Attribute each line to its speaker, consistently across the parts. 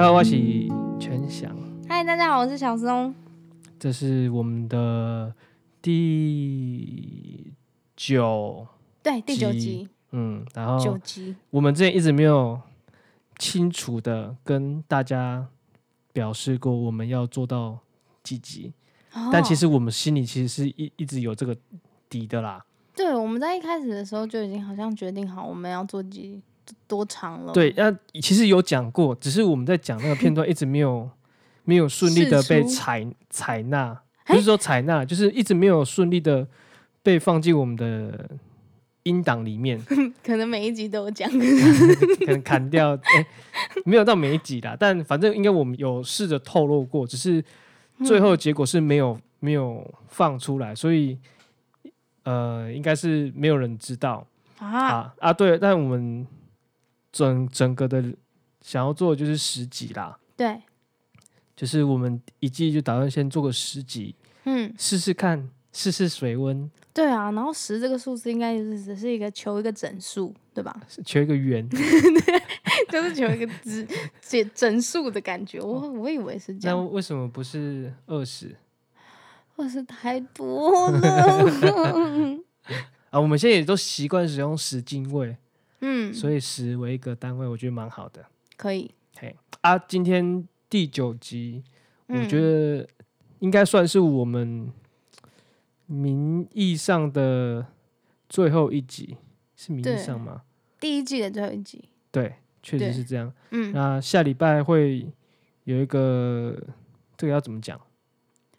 Speaker 1: 好，我是全翔，
Speaker 2: 嗨，大家好，我是小松。
Speaker 1: 这是我们的第九，
Speaker 2: 对，第九
Speaker 1: 集
Speaker 2: 集，
Speaker 1: 嗯，然后
Speaker 2: 九集，
Speaker 1: 我们之前一直没有清楚的跟大家表示过我们要做到几集，但其
Speaker 2: 哦
Speaker 1: 实我们心里其实是一一直有这个底的啦。
Speaker 2: 对我们在一开始的时候就已经好像决定好我们要做几多长了。
Speaker 1: 对，，那其实有讲过，只是我们在讲那个片段一直没有没有顺利的被
Speaker 2: 释出
Speaker 1: 采采纳，不是说采纳，就是一直没有顺利的被放进我们的音档里面，
Speaker 2: 可能每一集都有 讲。
Speaker 1: 可能砍掉，哎，没有到每一集啦，但反正应该我们有试着透露过，只是最后结果是没有没有放出来，所以呃，应该是没有人知道。
Speaker 2: 啊，
Speaker 1: 啊啊，对，但我们整整个的想要做的就是十集啦，
Speaker 2: 对，
Speaker 1: 就是我们一季就打算先做个十集，
Speaker 2: 嗯，
Speaker 1: 试试看，试试水温，
Speaker 2: 对啊。然后十这个数字应该就是只是一个求一个整数，对吧？
Speaker 1: 求一个圆。
Speaker 2: 就是求一个整整整数的感觉。我我以为是这
Speaker 1: 哦那
Speaker 2: 样，
Speaker 1: 为什么不是二十
Speaker 2: 或是太 多了。
Speaker 1: 啊？我们现在也都习惯使用十进位，
Speaker 2: 嗯，
Speaker 1: 所以十为一个单位，我觉得蛮好的。
Speaker 2: 可以。
Speaker 1: 嘿，啊，今天第九集，我
Speaker 2: 嗯
Speaker 1: 觉得应该算是我们名义上的最后一集，是名义
Speaker 2: 对
Speaker 1: 上吗？
Speaker 2: 第一季的最后一集，
Speaker 1: 对，确实
Speaker 2: 对
Speaker 1: 是这样。
Speaker 2: 嗯，
Speaker 1: 那下礼拜会有一个，这个要怎么讲？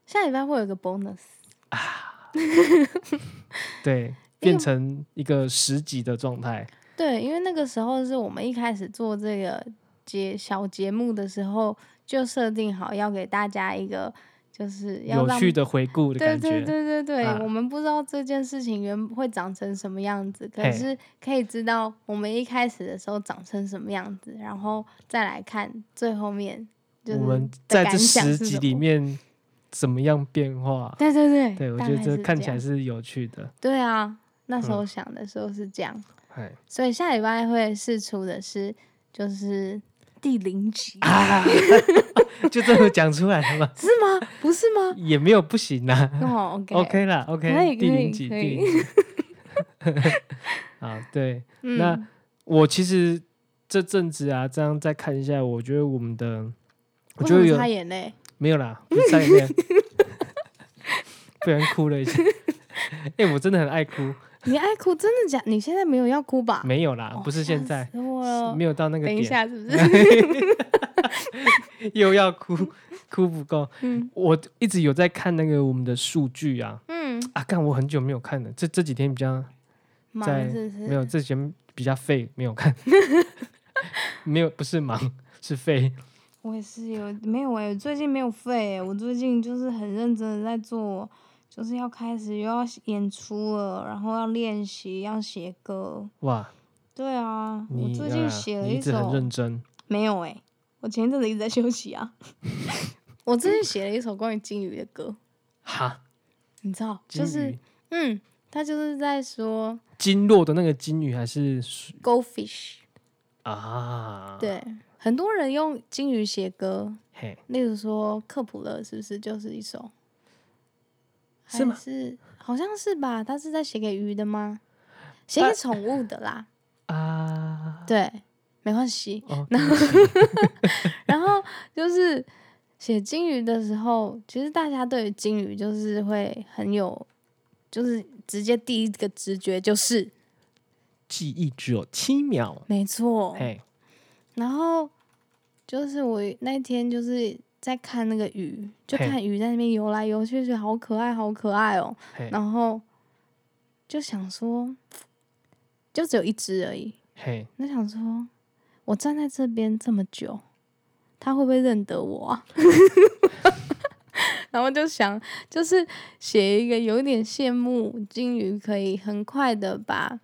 Speaker 2: 下礼拜会有个 bonus。
Speaker 1: 对，变成一个十集的状态。
Speaker 2: 对，因为那个时候是我们一开始做这个节小节目的时候，就设定好要给大家一个，就是要
Speaker 1: 有
Speaker 2: 让
Speaker 1: 趣的回顾的
Speaker 2: 对
Speaker 1: 感觉，
Speaker 2: 对对对对，
Speaker 1: 啊
Speaker 2: 我们不知道这件事情原会长成什么样子，可
Speaker 1: 嘿
Speaker 2: 是可以知道我们一开始的时候长成什么样子，然后再来看最后面，就是
Speaker 1: 我们
Speaker 2: 的
Speaker 1: 在
Speaker 2: 感
Speaker 1: 这
Speaker 2: 想
Speaker 1: 十
Speaker 2: 是
Speaker 1: 集
Speaker 2: 什
Speaker 1: 里
Speaker 2: 么，
Speaker 1: 面怎么样变化？
Speaker 2: 对对对，
Speaker 1: 对，我
Speaker 2: 大
Speaker 1: 觉得
Speaker 2: 概
Speaker 1: 这
Speaker 2: 是
Speaker 1: 看起来
Speaker 2: 样
Speaker 1: 是嗯有趣的。
Speaker 2: 对啊，那时候想的时候是这样，
Speaker 1: 哎，
Speaker 2: 所以下礼拜会试出的是就是第零集。
Speaker 1: 啊，就这么讲出来了吗？
Speaker 2: 是吗？不是吗？
Speaker 1: 也没有不行啦、
Speaker 2: 哦，OK、o k
Speaker 1: OK 啦
Speaker 2: 可
Speaker 1: ，OK，
Speaker 2: 以可
Speaker 1: 第
Speaker 2: 以
Speaker 1: 零集，
Speaker 2: 可
Speaker 1: 第
Speaker 2: 以
Speaker 1: 零集。 啊，对，
Speaker 2: 嗯、
Speaker 1: 那我其实这阵子啊，这样再看一下，我觉得我们的，我
Speaker 2: 为
Speaker 1: 觉
Speaker 2: 什
Speaker 1: 得
Speaker 2: 么
Speaker 1: 有
Speaker 2: 擦眼泪，
Speaker 1: 没有啦，不是在 那不然哭了一下。 哎、我真的很爱哭，
Speaker 2: 你爱哭，真的假？你现在没有要哭吧？
Speaker 1: 没有啦
Speaker 2: 哦，
Speaker 1: 不是现在，
Speaker 2: 吓死我了
Speaker 1: 没有到那个
Speaker 2: 等一
Speaker 1: 点，
Speaker 2: 下是 不是？
Speaker 1: 又要哭，哭不够。
Speaker 2: 嗯
Speaker 1: 我一直有在看那个我们的数据啊，
Speaker 2: 嗯，
Speaker 1: 啊，干，我很久没有看了，这这几天比较
Speaker 2: 忙
Speaker 1: 在
Speaker 2: 是不是？
Speaker 1: 没有，这几天比较废，没有 看，没有不是忙是废，
Speaker 2: 我也是有没有哎、最近没有废、欸，我最近就是很认真的在做，就是要开始又要演出了，然后要练习，要写歌。
Speaker 1: 哇！
Speaker 2: 对啊，我
Speaker 1: 你
Speaker 2: 最
Speaker 1: 啊
Speaker 2: 近写了
Speaker 1: 你一直
Speaker 2: 首
Speaker 1: 很认真，
Speaker 2: 没有哎、我前一阵子一直在休息啊。 我最近写了一首关于金鱼的歌，
Speaker 1: 哈，
Speaker 2: 你知道，
Speaker 1: 金
Speaker 2: 就
Speaker 1: 鱼
Speaker 2: 是嗯，他就是在说
Speaker 1: 经络的那个金鱼还是水
Speaker 2: goldfish，
Speaker 1: 啊？，
Speaker 2: 对，很多人用金鱼写歌，
Speaker 1: 嘿，
Speaker 2: 例如说克普勒是不是就是一首？
Speaker 1: 是吗
Speaker 2: 还是好像是吧，他是在写给鱼的吗？写给宠物的啦，
Speaker 1: 啊，
Speaker 2: 对，没关系。
Speaker 1: 哦，
Speaker 2: 然后就是写金鱼的时候，其实大家对于金鱼就是会很有，就是直接第一个直觉就是
Speaker 1: 记忆只有七秒，
Speaker 2: 没错，
Speaker 1: 嘿，
Speaker 2: 然后就是我那天就是在看那个鱼，就
Speaker 1: 嘿
Speaker 2: 看鱼在那边游来游去，觉得好可爱，好可爱哦。
Speaker 1: 嘿，
Speaker 2: 然后就想说，就只有一只而已。
Speaker 1: 嘿，
Speaker 2: 那想说，我站在这边这么久，它会不会认得我啊？ 然后就想，就是写一个有点羡慕金鱼可以很快的把，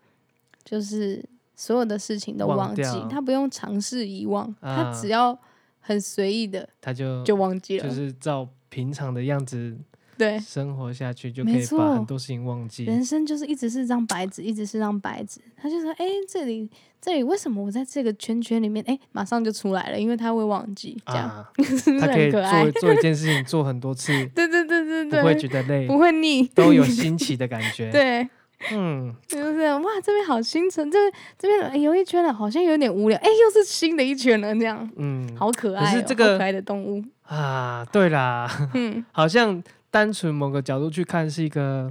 Speaker 2: 就是所有的事情都
Speaker 1: 忘
Speaker 2: 忘记
Speaker 1: 掉，
Speaker 2: 它不用尝试遗忘，它
Speaker 1: 啊嗯
Speaker 2: 只要很随意的
Speaker 1: 他就
Speaker 2: 就忘记了。
Speaker 1: 就是照平常的样子
Speaker 2: 对，
Speaker 1: 生活下去就可
Speaker 2: 没
Speaker 1: 以把
Speaker 2: 错
Speaker 1: 很多事情忘记。
Speaker 2: 人生就是一直是张白纸，一直是张白纸。他就说：“哎、这里这里为什么我在这个圈圈里面？哎、马上就出来了，因为他会忘记，这样、
Speaker 1: 啊，
Speaker 2: 是 不是
Speaker 1: 他可以
Speaker 2: 很可爱
Speaker 1: 做？做一件事 情做很多次，
Speaker 2: 对对对对
Speaker 1: 不
Speaker 2: 对，
Speaker 1: 会觉得累，
Speaker 2: 不会腻，
Speaker 1: 都 有新奇的感觉。，
Speaker 2: 对。”
Speaker 1: 嗯，
Speaker 2: 就是哇，这边好新城，这这边、哎游一圈了，好像有点无聊，哎、又是新的一圈了，这样
Speaker 1: 嗯，
Speaker 2: 好可爱、
Speaker 1: 可
Speaker 2: 哦，
Speaker 1: 是这
Speaker 2: 好
Speaker 1: 个
Speaker 2: 可爱的动物，
Speaker 1: 啊，对啦，
Speaker 2: 嗯，
Speaker 1: 好像单纯某个角度去看是一个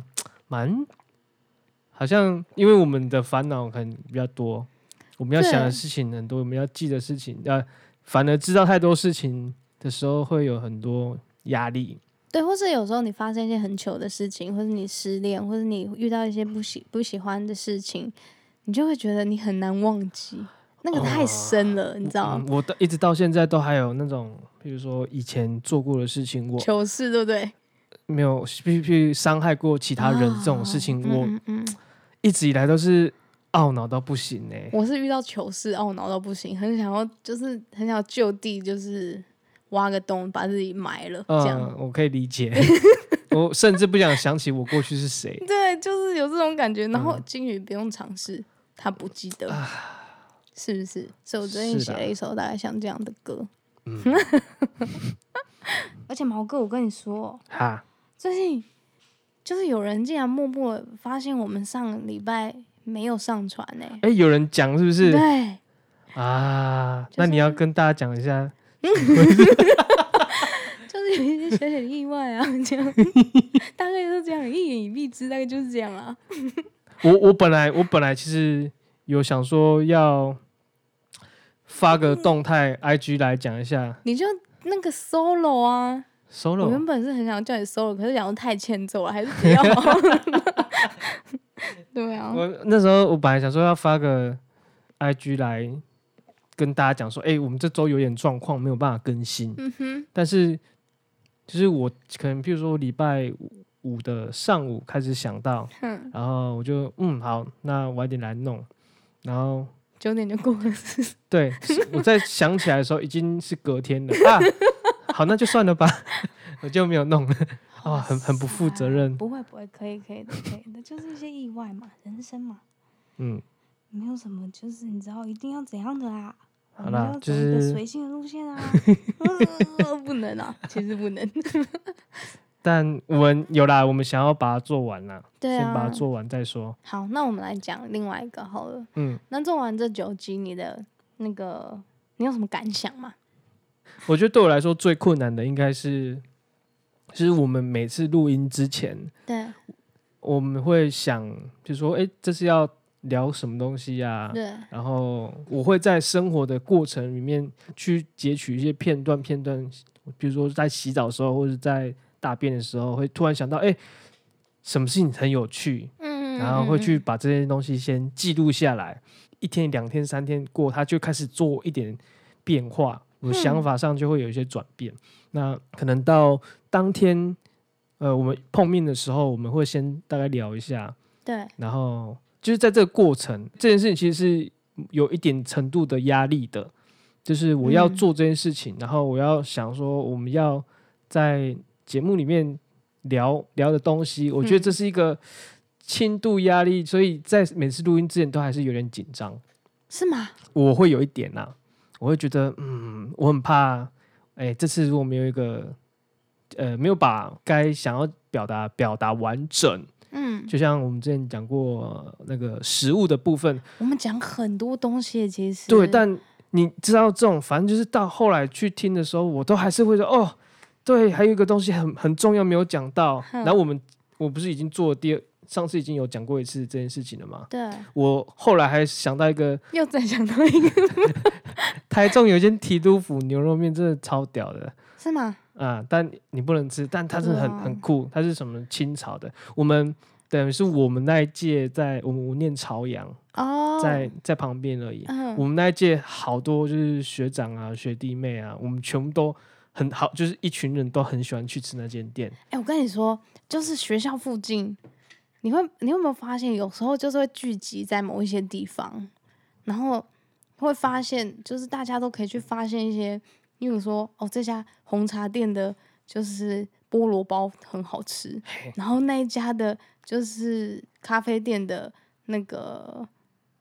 Speaker 1: 蛮，好像因为我们的烦恼可能比较多，我们要想的
Speaker 2: 对
Speaker 1: 事情很多，我们要记的事情，呃，反而知道太多事情的时候会有很多压力。
Speaker 2: 对，或是有时候你发生一些很糗的事情，或是你失恋，或是你遇到一些不喜不喜欢的事情，你就会觉得你很难忘记，那个太深了，你知道
Speaker 1: 哦嗯
Speaker 2: 吗？，
Speaker 1: 我到一直到现在都还有那种，比如说以前做过的事情，我
Speaker 2: 糗事对不对？
Speaker 1: 没有去去伤害过其他人这种事情，
Speaker 2: 啊
Speaker 1: 我
Speaker 2: 嗯嗯嗯，
Speaker 1: 一直以来都是懊恼到不行呢、欸
Speaker 2: 我是遇到糗事懊恼到不行，很想要就是很想要就地就是挖个洞把自己埋了，这样。
Speaker 1: 嗯，我可以理 解。我甚至不想想起我过去是谁。
Speaker 2: 对，就是有这种感觉。然后
Speaker 1: 嗯
Speaker 2: 金鱼不用尝试，他不记得，是不是？所以我最近
Speaker 1: 是
Speaker 2: 写
Speaker 1: 啦
Speaker 2: 了一首大概像这样的歌。
Speaker 1: 嗯，
Speaker 2: 而且毛哥，我跟你说，
Speaker 1: 哈，
Speaker 2: 最近就是有人竟然默默地发现我们上礼拜没有上传欸呢、
Speaker 1: 哎、有人讲是不是
Speaker 2: 对，
Speaker 1: 啊？
Speaker 2: 就
Speaker 1: 那你要
Speaker 2: 是
Speaker 1: 跟大家讲一下，
Speaker 2: 就是有一些小小的意外啊，这样大概就是这样，一言以蔽之，大概就是这样啦。
Speaker 1: 我我本来我本来其实有想说要发个动态 IG 来讲一下
Speaker 2: 你就那个 solo 啊，我
Speaker 1: solo
Speaker 2: 原本是很想叫你 solo，可是讲得太欠揍了，还是不要好了。 对啊，
Speaker 1: 我那时候我本来想说要发个 IG 来跟大家讲说，哎、我们这周有点状况，没有办法更新。
Speaker 2: 嗯哼，
Speaker 1: 但是就是我可能，譬如说礼拜五五的上午开始想到，
Speaker 2: 哼，
Speaker 1: 然后我就嗯好，那晚一点来弄。然后
Speaker 2: 九点就过了，
Speaker 1: 对是我在想起来的时候已经是隔天 了啊，好那就算了吧， 我就没有弄了。哦，很很不负责任。
Speaker 2: 不会不会，可以可以的可以的，就是一些意外嘛，人生嘛，
Speaker 1: 嗯，
Speaker 2: 没有什么，就是你知道一定要怎样的啦。我
Speaker 1: 好
Speaker 2: 们
Speaker 1: 啦
Speaker 2: 要
Speaker 1: 就
Speaker 2: 走一个
Speaker 1: 是
Speaker 2: 随性的路 线啊，呃不能啊，其实不能。
Speaker 1: 但我们有啦，我们想要把它做完啦，
Speaker 2: 对
Speaker 1: 先把它
Speaker 2: 啊，
Speaker 1: 做完再说。
Speaker 2: 好，那我们来讲另外一个好了。
Speaker 1: 嗯，
Speaker 2: 那做完这九集，你的那个你有什么感想吗？
Speaker 1: 我觉得对我来说最困难的应该是，就是我们每次录音之前，
Speaker 2: 对
Speaker 1: 我们会想，比如说，哎，这是要聊什么东西呀、
Speaker 2: 对，
Speaker 1: 然后我会在生活的过程里面去截取一些片段，片段，比如说在洗澡的时候，或者在大便的时候，会突然想到，哎，什么事情很有趣，
Speaker 2: 嗯，
Speaker 1: 然后会
Speaker 2: 嗯
Speaker 1: 去把这些东西先记录下来。一天、两天、三天过，它就开始做一点变化，我
Speaker 2: 嗯
Speaker 1: 想法上就会有一些转变。那可能到当天，呃，我们碰面的时候，我们会先大概聊一下，
Speaker 2: 对
Speaker 1: 然后就是在这个过程，这件事情其实是有一点程度的压力的，就是我要
Speaker 2: 嗯
Speaker 1: 做这件事情，然后我要想说我们要在节目里面聊聊的东西，我觉得
Speaker 2: 嗯
Speaker 1: 这是一个轻度压力，所以在每次录音之前都还是有点紧张，
Speaker 2: 是吗？
Speaker 1: 我会有一点啦、我会觉得嗯，我很怕，哎，这次如果没有一个呃没有把该想要表达表达完整。
Speaker 2: 嗯，
Speaker 1: 就像我们之前讲过呃那个食物的部分，
Speaker 2: 我们讲很多东西耶，其实
Speaker 1: 对，但你知道这种，反正就是到后来去听的时候，我都还是会说哦，对，还有一个东西很很重要没有讲到。
Speaker 2: 嗯
Speaker 1: 然后我们我不是已经做第二，上次已经有讲过一次这件事情了吗？
Speaker 2: 对，
Speaker 1: 我后来还想到一个，
Speaker 2: 又再想到一 个，
Speaker 1: 台中有一间提督府牛肉面，真的超屌的。
Speaker 2: 是吗？
Speaker 1: 啊、但你不能吃，但它是很
Speaker 2: 对啊
Speaker 1: 很酷，它是什么清朝的？我们等于是我们那一届在我们我念朝阳，
Speaker 2: 哦，
Speaker 1: 在在旁边而已。
Speaker 2: 嗯
Speaker 1: 我们那一届好多就是学长啊、学弟妹啊，我们全部都很好，就是一群人都很喜欢去吃那间店。
Speaker 2: 哎、我跟你说，就是学校附近，你会你有没有发现，有时候就是会聚集在某一些地方，然后会发现，就是大家都可以去发现一些，例如说，哦，这家红茶店的，就是菠萝包很 好吃，
Speaker 1: 嘿
Speaker 2: 然后那一家的就是咖啡店的那个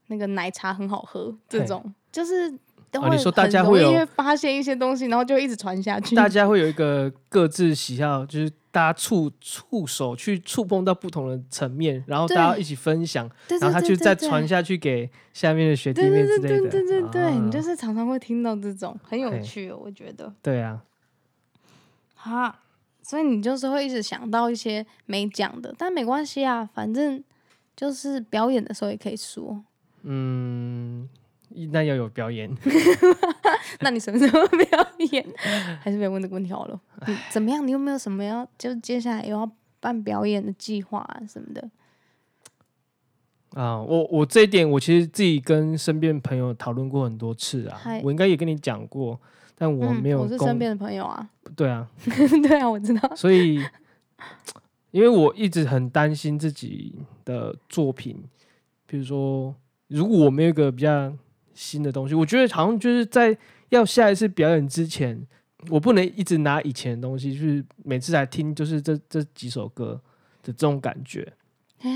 Speaker 2: 那个奶茶很好喝，这
Speaker 1: 嘿
Speaker 2: 种就是都
Speaker 1: 哦
Speaker 2: 会
Speaker 1: 你说大家
Speaker 2: 很容
Speaker 1: 会
Speaker 2: 易
Speaker 1: 有
Speaker 2: 会发现一些东西，然后就一直传下去。
Speaker 1: 大家会有一个各自喜好，就是大家触触手去触碰到不同的层面，然后大
Speaker 2: 对
Speaker 1: 家一起分享，
Speaker 2: 对
Speaker 1: 然后他就再传
Speaker 2: 对
Speaker 1: 下去给下面的学弟
Speaker 2: 对
Speaker 1: 妹之
Speaker 2: 对对
Speaker 1: 类
Speaker 2: 对
Speaker 1: 的。哦
Speaker 2: 对对对，你就是是常常会听到这种，很有
Speaker 1: 嘿
Speaker 2: 趣、哦，我觉得。
Speaker 1: 对啊，
Speaker 2: 啊，所以你就是会一直想到一些没讲的，但没关系啊，反正就是表演的时候也可以说。
Speaker 1: 嗯，那要有表演。
Speaker 2: 那你什么时候表演？ 还是不要问这个问题好了。你怎么样？你有没有什么要就接下来有要办表演的计划啊什么的？
Speaker 1: 啊，我我这一点我其实自己跟身边朋友讨论过很多次啊
Speaker 2: 嗨，
Speaker 1: 我应该也跟你讲过，但我没
Speaker 2: 嗯、
Speaker 1: 有
Speaker 2: 我是
Speaker 1: 公、
Speaker 2: 身边的朋友啊。
Speaker 1: 对啊，
Speaker 2: 对啊，我知 道。
Speaker 1: 所以因为我一直很担心自己的作品，比如说如果我没有一个比较新的东西，我觉得好像就是在要下一次表演之前，我不能一直拿以前的东西，就是每次来听就是这这几首歌的这种感觉。
Speaker 2: 哎、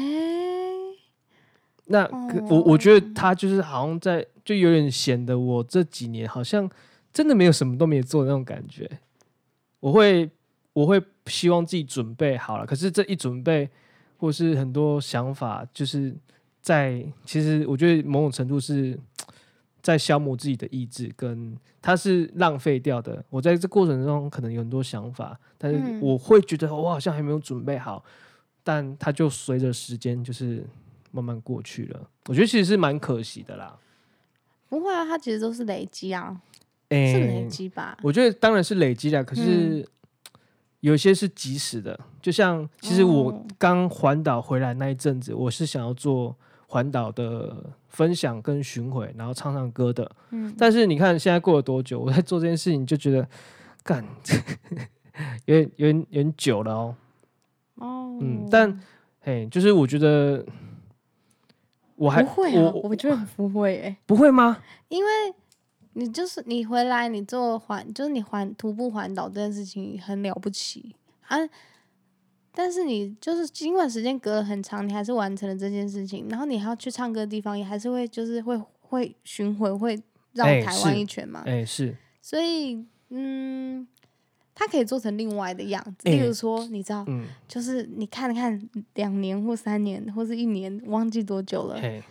Speaker 1: 那可我我觉得他就是好像在，就有点显得我这几年好像真的没有什么都没做的那种感觉。我会我会希望自己准备好了，可是这一准备或是很多想法，就是在其实我觉得某种程度是在消磨自己的意志，跟它是浪费掉的。我在这过程中可能有很多想法，但是
Speaker 2: 嗯
Speaker 1: 我会觉得哦我好像还没有准备好，但它就随着时间就是慢慢过去了。我觉得其实是蛮可惜的啦。
Speaker 2: 不会啊，它其实都是累积啊，
Speaker 1: 哎
Speaker 2: 是累积吧？
Speaker 1: 我觉得当然是累积的，可
Speaker 2: 嗯
Speaker 1: 是有些是及时的。就像其实我
Speaker 2: 哦
Speaker 1: 刚环岛回来那一阵子，我是想要做环岛的分享跟巡回，然后唱唱歌的。
Speaker 2: 嗯，
Speaker 1: 但是你看现在过了多久，我在做这件事情就觉得干 有点有点有点久了哦。
Speaker 2: 哦，
Speaker 1: 嗯但嘿，就是我觉得我还
Speaker 2: 不会啊，
Speaker 1: 我
Speaker 2: 我觉得不会哎、
Speaker 1: 不会吗？
Speaker 2: 因为 你就是你回来，你做环就是你环徒步环岛这件事情很了不起啊，但是你就是尽管时间隔了很长，你还是完成了这件事情，然后你还要去唱歌的地方，也还是会就是会会巡回会绕
Speaker 1: 哎
Speaker 2: 台湾
Speaker 1: 是
Speaker 2: 一圈嘛，
Speaker 1: 哎、是
Speaker 2: 所以嗯，它可以做成另外的样子，
Speaker 1: 哎
Speaker 2: 例如说你知道，
Speaker 1: 嗯
Speaker 2: 就是你看看两年或三年或是一年，忘记多久了，
Speaker 1: 嘿。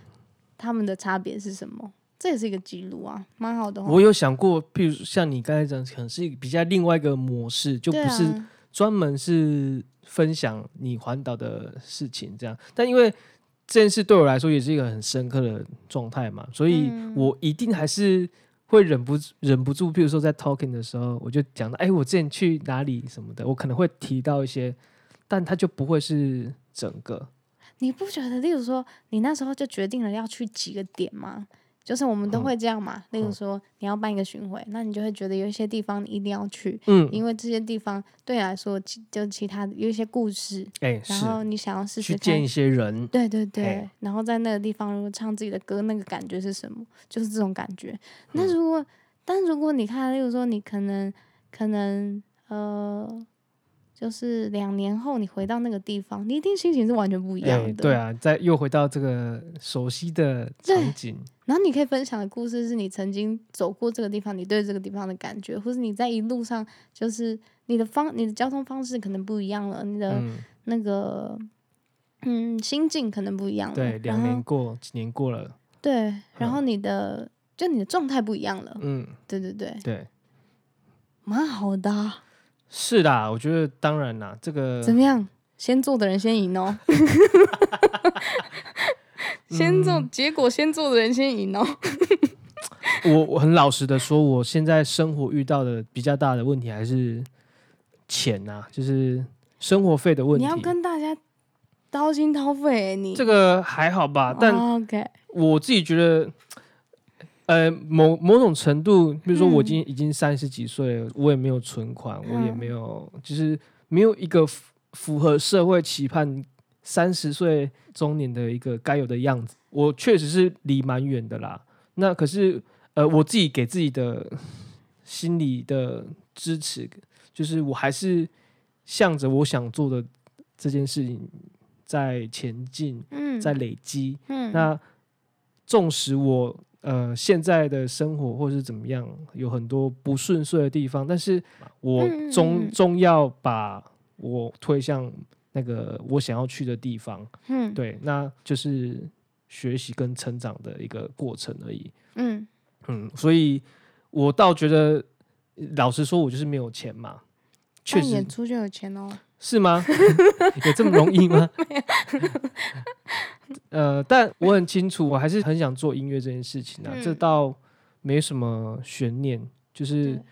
Speaker 2: 他们的差别是什么？这也是一个记录啊，蛮好的哦。
Speaker 1: 我有想过，譬如像你刚才讲，可能是比较另外一个模式，就
Speaker 2: 对
Speaker 1: 不是
Speaker 2: 啊、
Speaker 1: 专门是分享你环岛的事情这样。但因为这件事对我来说也是一个很深刻的状态嘛，所以
Speaker 2: 嗯
Speaker 1: 我一定还是会忍不住忍不住，譬如说在 talking 的时候，我就讲到，哎，我之前去哪里什么的，我可能会提到一些，但它就不会是整个。
Speaker 2: 你不觉得？例如说，你那时候就决定了要去几个点吗？就是我们都会这样嘛。
Speaker 1: 嗯
Speaker 2: 例如说，你要办一个巡回，那你就会觉得有一些地方你一定要去，
Speaker 1: 嗯，
Speaker 2: 因为这些地方对你来说，其就其他的有一些故事，
Speaker 1: 哎，
Speaker 2: 然
Speaker 1: 是
Speaker 2: 后你想要试试
Speaker 1: 去
Speaker 2: 看
Speaker 1: 见一。些人，
Speaker 2: 对对对
Speaker 1: 嘿，
Speaker 2: 然后在那个地方，如果唱自己的歌，那个感觉是什么？就是这种感觉。
Speaker 1: 嗯
Speaker 2: 那如果，但如果你看，例如说，你可能可能呃，就是两年后你回到那个地方，你一定心情是完全不一样
Speaker 1: 哎，
Speaker 2: 的。
Speaker 1: 对啊，再又回到这个熟悉的场
Speaker 2: 对
Speaker 1: 景。
Speaker 2: 然后你可以分享的故事是你曾经走过这个地方，你对这个地方的感觉，或是你在一路上就是你的方、你的交通方式可能不一样了，你的
Speaker 1: 嗯，
Speaker 2: 那个嗯心境可能不一样了。
Speaker 1: 对，两
Speaker 2: 嗯然后
Speaker 1: 年过，几年过了，
Speaker 2: 对，然
Speaker 1: 嗯
Speaker 2: 后你的、就你的状态不一样了，
Speaker 1: 嗯，
Speaker 2: 对对对，
Speaker 1: 对，
Speaker 2: 蛮好的啊、
Speaker 1: 是啦，我觉得当然啦，这个
Speaker 2: 怎么样？先做的人先 赢哦，先做
Speaker 1: 嗯
Speaker 2: 结果先做的人先赢哦。
Speaker 1: 我我很老实的说，我现在生活遇到的比较大的问题还是钱呐、就是生活费的问
Speaker 2: 你
Speaker 1: 题
Speaker 2: 要。跟大家掏心掏肺欸、你
Speaker 1: 这个还好
Speaker 2: 哦
Speaker 1: 吧，但
Speaker 2: OK
Speaker 1: 我自己觉得，呃，某某种程度，比如说我
Speaker 2: 嗯
Speaker 1: 已经、已经三十几岁了，我也没有存款，我也
Speaker 2: 嗯
Speaker 1: 没有，就是没有一个符符合社会期盼三十岁中年的一个该有的样子。我确实是离蛮远的啦。那可是，呃，我自己给自己的心理的支持，就是我还是向着我想做的这件事情在前进，
Speaker 2: 嗯，
Speaker 1: 在累积。
Speaker 2: 嗯
Speaker 1: 那纵使我呃现在的生活或是怎么样有很多不顺遂的地方，但是我
Speaker 2: 嗯嗯
Speaker 1: 终
Speaker 2: 嗯
Speaker 1: 终要把我推向那个我想要去的地方。
Speaker 2: 嗯
Speaker 1: 对，那就是学习跟成长的一个过程而已。
Speaker 2: 嗯
Speaker 1: 嗯，所以我倒觉得，老实说，我就是没有钱嘛，确
Speaker 2: 但
Speaker 1: 实
Speaker 2: 演出就有钱哦。
Speaker 1: 是吗？ 有这么容易 吗？ 呃，但我很清楚，我还是很想做音乐这件事情啊，这
Speaker 2: 嗯
Speaker 1: 倒没什么悬念，就是
Speaker 2: 对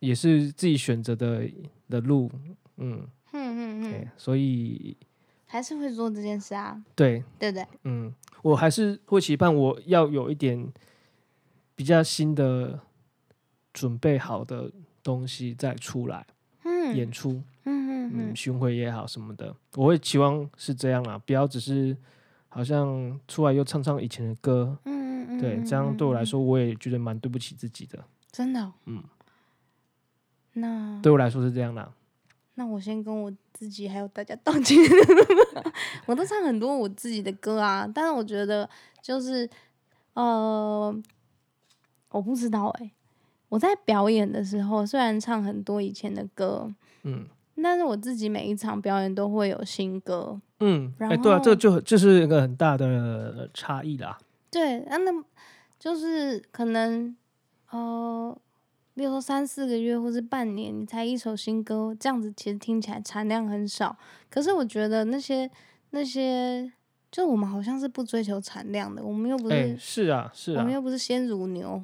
Speaker 1: 也是自己选择的的路，嗯，
Speaker 2: 嗯嗯
Speaker 1: 对
Speaker 2: 嗯，
Speaker 1: 所以
Speaker 2: 还是会做这件事啊，
Speaker 1: 对，
Speaker 2: 对不对？
Speaker 1: 嗯，我还是会期盼我要有一点比较新的准备好的东西再出来、
Speaker 2: 嗯
Speaker 1: 演出，
Speaker 2: 嗯嗯
Speaker 1: 嗯，巡回也好什么的，我会期望是这样啦，不要只是好像出来又唱唱以前的歌，
Speaker 2: 嗯嗯，
Speaker 1: 对，这样对我来说我也觉得蛮对不起自己的，
Speaker 2: 真的，哦
Speaker 1: 嗯，
Speaker 2: 那
Speaker 1: 对我来说是这样啦，
Speaker 2: 那我先跟我自己还有大家道歉。 我都唱很多我自己的歌啊，但是我觉得就是呃，我不知道哎、我在表演的时候虽然唱很多以前的歌，
Speaker 1: 嗯
Speaker 2: 但是我自己每一场表演都会有新歌。
Speaker 1: 嗯，哎、
Speaker 2: 然
Speaker 1: 对啊，这
Speaker 2: 后
Speaker 1: 就就是一个很大的差异啦，
Speaker 2: 对，啊那那就是可能呃，比如说三四个月或是半年，你才一首新歌，这样子其实听起来产量很少。可是我觉得那些那些，就我们好像是不追求产量的，我们又不是、
Speaker 1: 哎、是啊，是
Speaker 2: 我
Speaker 1: 啊
Speaker 2: 们，又不是鲜乳牛，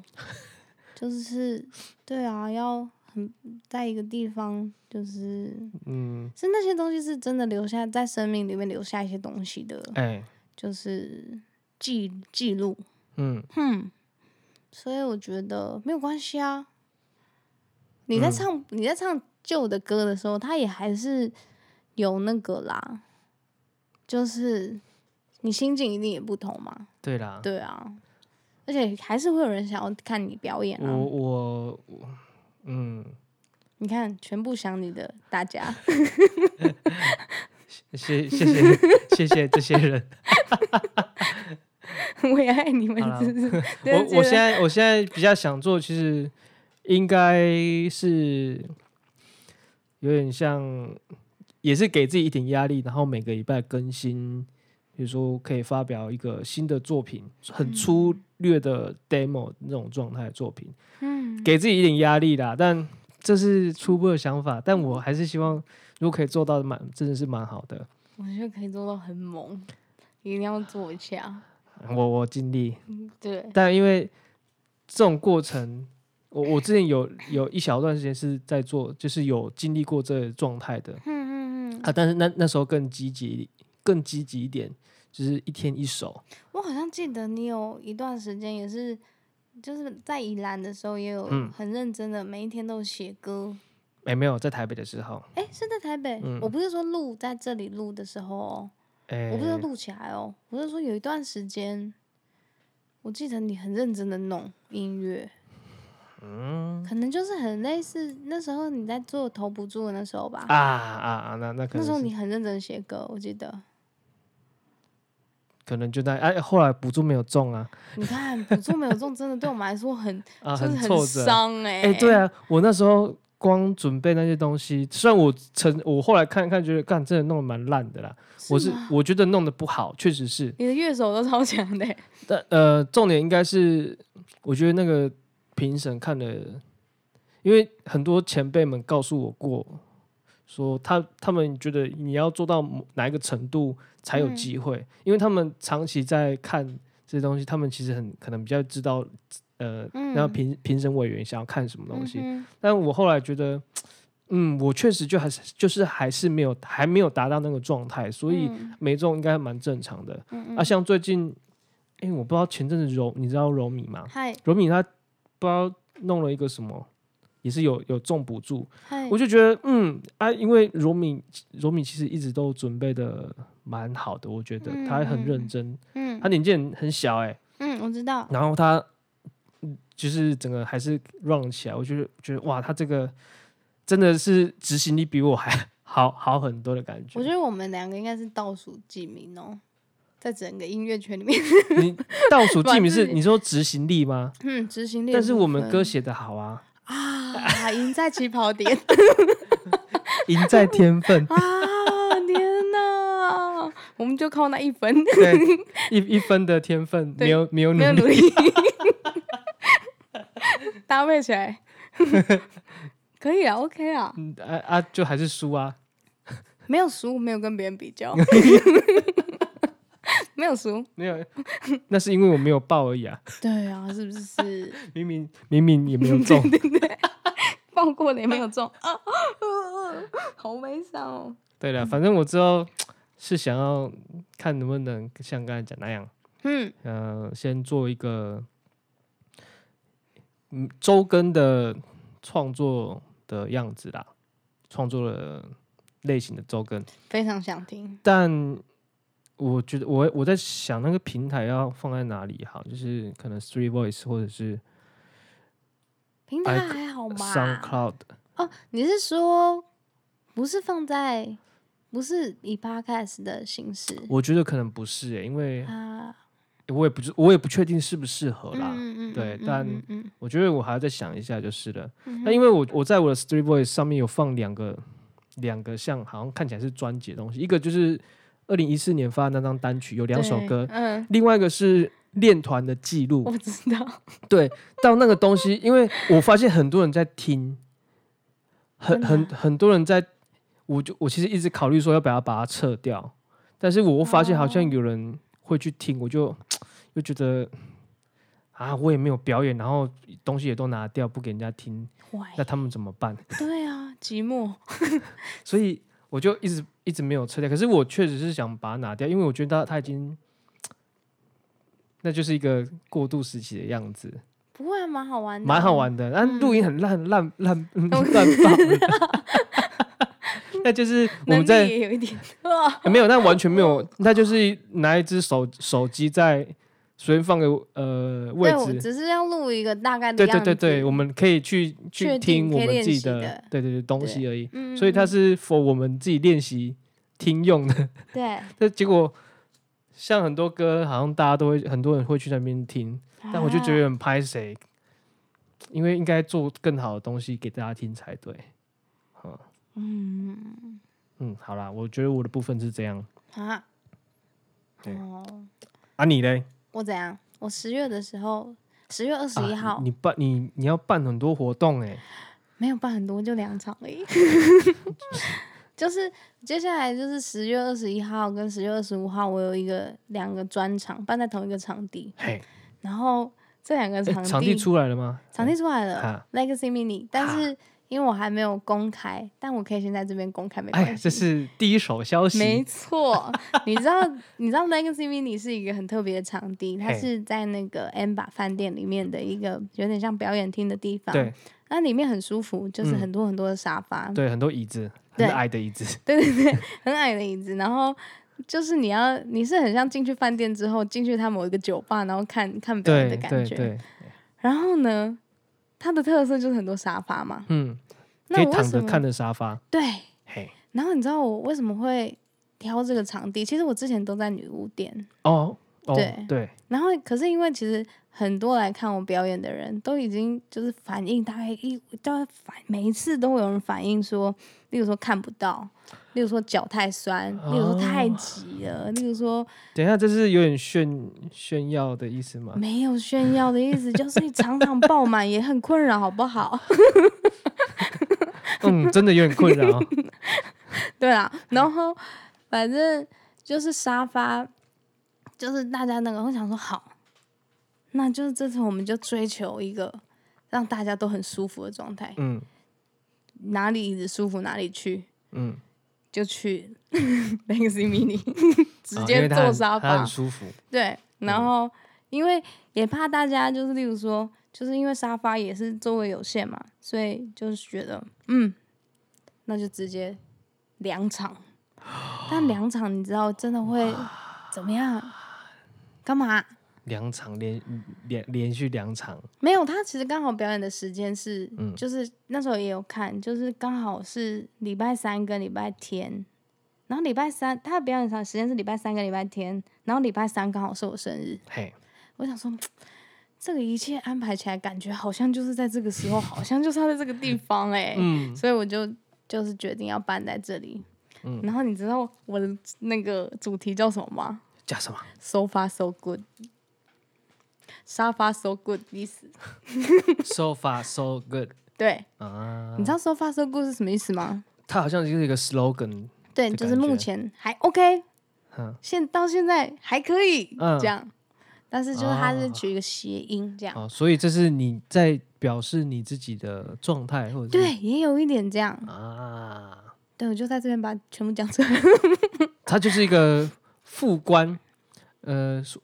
Speaker 2: 就是 对啊，要很在一个地方，就是
Speaker 1: 嗯，
Speaker 2: 是那些东西是真的留下在生命里面留下一些东西的，
Speaker 1: 哎、
Speaker 2: 就是记记录。
Speaker 1: 嗯。
Speaker 2: 哼，所以我觉得没有关系啊。你在
Speaker 1: 嗯
Speaker 2: 唱、你在唱旧的歌的时候，它也还是有那个啦，就是你心境一定也不同嘛。
Speaker 1: 对啦，
Speaker 2: 对啊，而且还是会有人想要看你表演
Speaker 1: 我
Speaker 2: 啊。
Speaker 1: 我我嗯，
Speaker 2: 你看，全部想你的大家，
Speaker 1: 谢谢谢谢谢这些人。
Speaker 2: 我也爱你们
Speaker 1: 好啦，
Speaker 2: 是不是？对
Speaker 1: 我我
Speaker 2: 觉
Speaker 1: 现
Speaker 2: 得
Speaker 1: 在我现在比较想做，其实应该是有点像，也是给自己一点压力，然后每个礼拜更新。比如说，可以发表一个新的作品，很粗略的 demo 那种状态的作品，
Speaker 2: 嗯，
Speaker 1: 给自己一点压力啦。但这是初步的想法，但我还是希望，如果可以做到，蛮真的是蛮好的。
Speaker 2: 我觉得可以做到很猛，一定要做一下。
Speaker 1: 我我尽力，
Speaker 2: 对，
Speaker 1: 但因为这种过程，我我之前有有一小段时间是在做，就是有经历过这个状态的
Speaker 2: 嗯嗯嗯，
Speaker 1: 啊，但是那那时候更积极，更积极一点，就是一天一首，
Speaker 2: 我好像记得你有一段时间也是，就是在宜兰的时候也有
Speaker 1: 嗯
Speaker 2: 很认真的，每一天都有写歌。
Speaker 1: 哎、没有在台北的时候，
Speaker 2: 哎、是在台北？
Speaker 1: 嗯
Speaker 2: 我不是说录在这里录的时候哦，
Speaker 1: 哎、
Speaker 2: 我不是说录起来哦，我是说有一段时间，我记得你很认真的弄音乐，
Speaker 1: 嗯
Speaker 2: 可能就是很类似那时候你在做头不住的那时候吧。
Speaker 1: 啊啊啊，那那可
Speaker 2: 那时候
Speaker 1: 能是
Speaker 2: 你很认真地写歌，我记得。
Speaker 1: 可能就在哎、后来补助没有中啊
Speaker 2: 你看，不做没有中，真的对我们来说很，
Speaker 1: 啊，
Speaker 2: 就是
Speaker 1: 挫
Speaker 2: 很
Speaker 1: 折，
Speaker 2: 伤哎、
Speaker 1: 哎、对
Speaker 2: 啊，
Speaker 1: 啊，我那时候光准备那些东西，虽然我成我后来看一看，觉得干真的弄得蛮烂的啦。我是
Speaker 2: 吗
Speaker 1: 我觉得弄得不好，确实是。
Speaker 2: 你的乐手都超强的、欸
Speaker 1: 但呃，重点应该是，我觉得那个评审看了，因为很多前辈们告诉我过，说他他们觉得你要做到某哪一个程度才有
Speaker 2: 嗯
Speaker 1: 机会，因为他们长期在看这些东西，他们其实很可能比较知道，呃，然后
Speaker 2: 嗯
Speaker 1: 评评审委员想要看什么东西。
Speaker 2: 嗯哼
Speaker 1: 但我后来觉得，嗯，我确实就还是就是还是没有还没有达到那个状态，所以
Speaker 2: 嗯
Speaker 1: 没中应该蛮正常的。
Speaker 2: 嗯
Speaker 1: 啊，像最近，哎、我不知道前阵子柔，你知道柔米吗
Speaker 2: 嗯，？嗨
Speaker 1: 柔米他不知道弄了一个什么，也是有有中补助，
Speaker 2: 嗨，
Speaker 1: 我就觉得，嗯啊，因为柔米柔米其实一直都准备的蛮好的，我觉得他很认真，
Speaker 2: 嗯
Speaker 1: 他年纪很很小哎、
Speaker 2: 嗯，我知道，
Speaker 1: 然后他嗯就是整个还是 run 起来，我就觉得哇，他这个真的是执行力比我还 好好很多的感觉
Speaker 2: 我。觉得我们两个应该是倒数几名哦，在整个音乐圈里面，
Speaker 1: 你倒数记名是
Speaker 2: 软自己
Speaker 1: 你说执行力吗？
Speaker 2: 嗯，执行力的部分。
Speaker 1: 但是我们歌写的好啊，
Speaker 2: 啊，赢在起 跑点。
Speaker 1: 赢在天分
Speaker 2: 啊！天哪，我们就靠那一 分，
Speaker 1: 对，一一分的天分，
Speaker 2: 对
Speaker 1: 没有没有
Speaker 2: 没有
Speaker 1: 努
Speaker 2: 努
Speaker 1: 力，
Speaker 2: 力， 搭配起来可以啊，OK 啊，
Speaker 1: 嗯啊啊，就还是输啊。
Speaker 2: 没有输，没有跟别人 比较， 没有输。
Speaker 1: 没有， 那是因为我没有报而已啊，
Speaker 2: 对啊，是不是
Speaker 1: 明明明明也没有中。
Speaker 2: 放过了也没有 中啊？呃好悲伤哦。
Speaker 1: 对了，反正我之后是想要看能不能像刚才讲那样，
Speaker 2: 嗯，
Speaker 1: 呃，先做一个嗯周更的创作的样子啦，创作的类型的周更。
Speaker 2: 非常想听。
Speaker 1: 但我觉得我我在想那个平台要放在哪里好，就是可能 Three Voice 或者是
Speaker 2: 平
Speaker 1: 哎
Speaker 2: 台还好吧？
Speaker 1: SoundCloud，
Speaker 2: 哦，你是说不是放在不是以 podcast 的形式
Speaker 1: 我觉得可能不是、欸，因为
Speaker 2: 啊？
Speaker 1: 我也不知我也不确定适不适合啦。
Speaker 2: 嗯
Speaker 1: 对
Speaker 2: 嗯
Speaker 1: 但
Speaker 2: 嗯嗯
Speaker 1: 我觉得我还要再想一下就是了。
Speaker 2: 嗯
Speaker 1: 那、因为我我在我的 Street Voice 上面有放两个两个像好像看起来是专辑的东西，一个就是二零一四年发的那张单曲有两首
Speaker 2: 对
Speaker 1: 歌，
Speaker 2: 嗯，
Speaker 1: 另外一个是练团的记录
Speaker 2: 我。知道，
Speaker 1: 对，到那个东西，因为我发现很多人在听，很很
Speaker 2: 真
Speaker 1: 很多人在，我就我其实一直考虑说要不要把它撤掉，但是我发现好像
Speaker 2: 哦
Speaker 1: 有人会去听，我就又觉得啊，我也没有表演，然后东西也都拿掉不给人家听，
Speaker 2: 坏
Speaker 1: 那，他们怎么办？
Speaker 2: 对啊，寂寞，
Speaker 1: 所以我就一直一直没有撤掉。可是我确实是想把它拿掉，因为我觉得它它已经，那就是一个过渡时期的样子，
Speaker 2: 不会啊蛮好玩的，
Speaker 1: 蛮好，玩的。但
Speaker 2: 嗯
Speaker 1: 录音很烂烂烂烂爆了，那就是我
Speaker 2: 能
Speaker 1: 们
Speaker 2: 力
Speaker 1: 在
Speaker 2: 也有一点啊，
Speaker 1: 没有，那完全没有，那就是拿一只手手机在随便放个呃位
Speaker 2: 对，我
Speaker 1: 置。
Speaker 2: 只是要录一个大概的
Speaker 1: 对
Speaker 2: 样
Speaker 1: 对
Speaker 2: 子，
Speaker 1: 对对，我们可以去去
Speaker 2: 确
Speaker 1: 听
Speaker 2: 定
Speaker 1: 我
Speaker 2: 可以
Speaker 1: 们
Speaker 2: 练
Speaker 1: 自己
Speaker 2: 习
Speaker 1: 的
Speaker 2: 的
Speaker 1: 对对对东西而已。
Speaker 2: 嗯，
Speaker 1: 所以它
Speaker 2: 嗯
Speaker 1: 是 for 我们自己练习听用的。
Speaker 2: 嗯对，
Speaker 1: 但结果像很多歌，好像大家都会很多人会去那边听，但我就觉
Speaker 2: 啊
Speaker 1: 得很拍谁，因为应该做更好的东西给大家听才对。
Speaker 2: 嗯
Speaker 1: 嗯，好啦，我觉得我的部分是这样。
Speaker 2: 啊，
Speaker 1: 对
Speaker 2: 哦，
Speaker 1: 啊，你嘞？
Speaker 2: 我怎样？我十月的时候，十月二十一
Speaker 1: 啊
Speaker 2: 号、
Speaker 1: 你办你你要办很多活动哎、
Speaker 2: 没有办很多，就两场 而已。就是接下来就是十月二十一号跟十月二十五号，我有一个两个专场办在同一个场地，
Speaker 1: 嘿，
Speaker 2: 然后这两个
Speaker 1: 诶
Speaker 2: 场地、
Speaker 1: 场地出来了吗？
Speaker 2: 场地出来了、
Speaker 1: 啊
Speaker 2: Legacy Mini，但是因为我还没有公开，但我可以先在这边公开，没
Speaker 1: 哎，
Speaker 2: 关系。
Speaker 1: 这是第一手消
Speaker 2: 没
Speaker 1: 息。
Speaker 2: 错，你知道你知道 Legacy Mini 是一个很特别的场地，它
Speaker 1: 嘿
Speaker 2: 是在那个 Amber 饭店里面的一个有点像表演厅的地方。
Speaker 1: 对，
Speaker 2: 那里面很舒服，就是
Speaker 1: 嗯
Speaker 2: 很多很多的沙发，
Speaker 1: 对，很多椅子，很
Speaker 2: 对
Speaker 1: 矮的椅子。
Speaker 2: 对对对，很矮的椅子，然后。就是你要，你是很像进去饭店之后，进去它某一个酒吧，然后看看表演
Speaker 1: 对
Speaker 2: 的感
Speaker 1: 对
Speaker 2: 觉。
Speaker 1: 对，
Speaker 2: 然后呢，它的特色就是很多沙发嘛。
Speaker 1: 嗯，可
Speaker 2: 那
Speaker 1: 以
Speaker 2: 我为
Speaker 1: 躺
Speaker 2: 什
Speaker 1: 着
Speaker 2: 么
Speaker 1: 看着沙发。
Speaker 2: 对，
Speaker 1: 嘿，
Speaker 2: 然后你知道我为什么会挑这个场地？其实我之前都在女巫店，
Speaker 1: 哦哦
Speaker 2: 对，
Speaker 1: 对，
Speaker 2: 然后可是因为其实很多来看我表演的人都已经就是反应，大概一大概反每一次都会有人反映说，例如说看不到，例如说脚太酸，例如说太急了，例如说
Speaker 1: 等一下，这是有点炫炫耀的意思吗？
Speaker 2: 没有炫耀的意思，就是你场场爆满也很困扰，好不好？
Speaker 1: 嗯，真的有点困 扰。
Speaker 2: 对啊，然后反正就是沙发，就是大家那个，我想说好，那就是这次我们就追求一个让大家都很舒服的状态，
Speaker 1: 嗯
Speaker 2: 哪里椅子舒服哪里去，
Speaker 1: 嗯，
Speaker 2: 就去 Legacy Mini，直
Speaker 1: 啊因
Speaker 2: 接
Speaker 1: 为它
Speaker 2: 坐
Speaker 1: 很它
Speaker 2: 沙发，
Speaker 1: 很舒服。嗯
Speaker 2: 对，然后因为也怕大家就是例如说，就是因为沙发也是座位有限嘛，所以就是觉得嗯，那就直接两 场，但两场你知道真的会怎么样？干嘛？
Speaker 1: 两场连连连续两场，
Speaker 2: 没有，他其实刚好表演的时间是，
Speaker 1: 嗯
Speaker 2: 就是那时候也有看，就是刚好是礼拜三跟礼拜天，然后礼拜三他的表演场时间是礼拜三跟礼拜天，然后礼拜三刚好是我生日，
Speaker 1: 嘿，
Speaker 2: 我想说，这个一切安排起来，感觉好像就是在这个时候，好像就是要在这个地方哎、
Speaker 1: 嗯，
Speaker 2: 所以我就就是决定要搬在这里。
Speaker 1: 嗯
Speaker 2: 然后你知道我的那个主题叫什么吗
Speaker 1: 叫什么？
Speaker 2: ？So far so good，沙发 so good 意思。
Speaker 1: So far so good
Speaker 2: 对，
Speaker 1: 啊，
Speaker 2: 你知道 so far so good 是什么意思吗？
Speaker 1: 它好像就是一个 slogan，
Speaker 2: 对，
Speaker 1: 这
Speaker 2: 就是
Speaker 1: 感觉
Speaker 2: 目前还 OK，
Speaker 1: 嗯
Speaker 2: 现到现在还可以、
Speaker 1: 嗯
Speaker 2: 这样，但是就是它是
Speaker 1: 哦
Speaker 2: 取一个谐音这样。
Speaker 1: 哦，所以这是你在表示你自己的状态，或者是
Speaker 2: 对，也有一点这样。
Speaker 1: 啊，
Speaker 2: 对，我就在这边把全部讲出来。
Speaker 1: 它就是一个副官，呃，说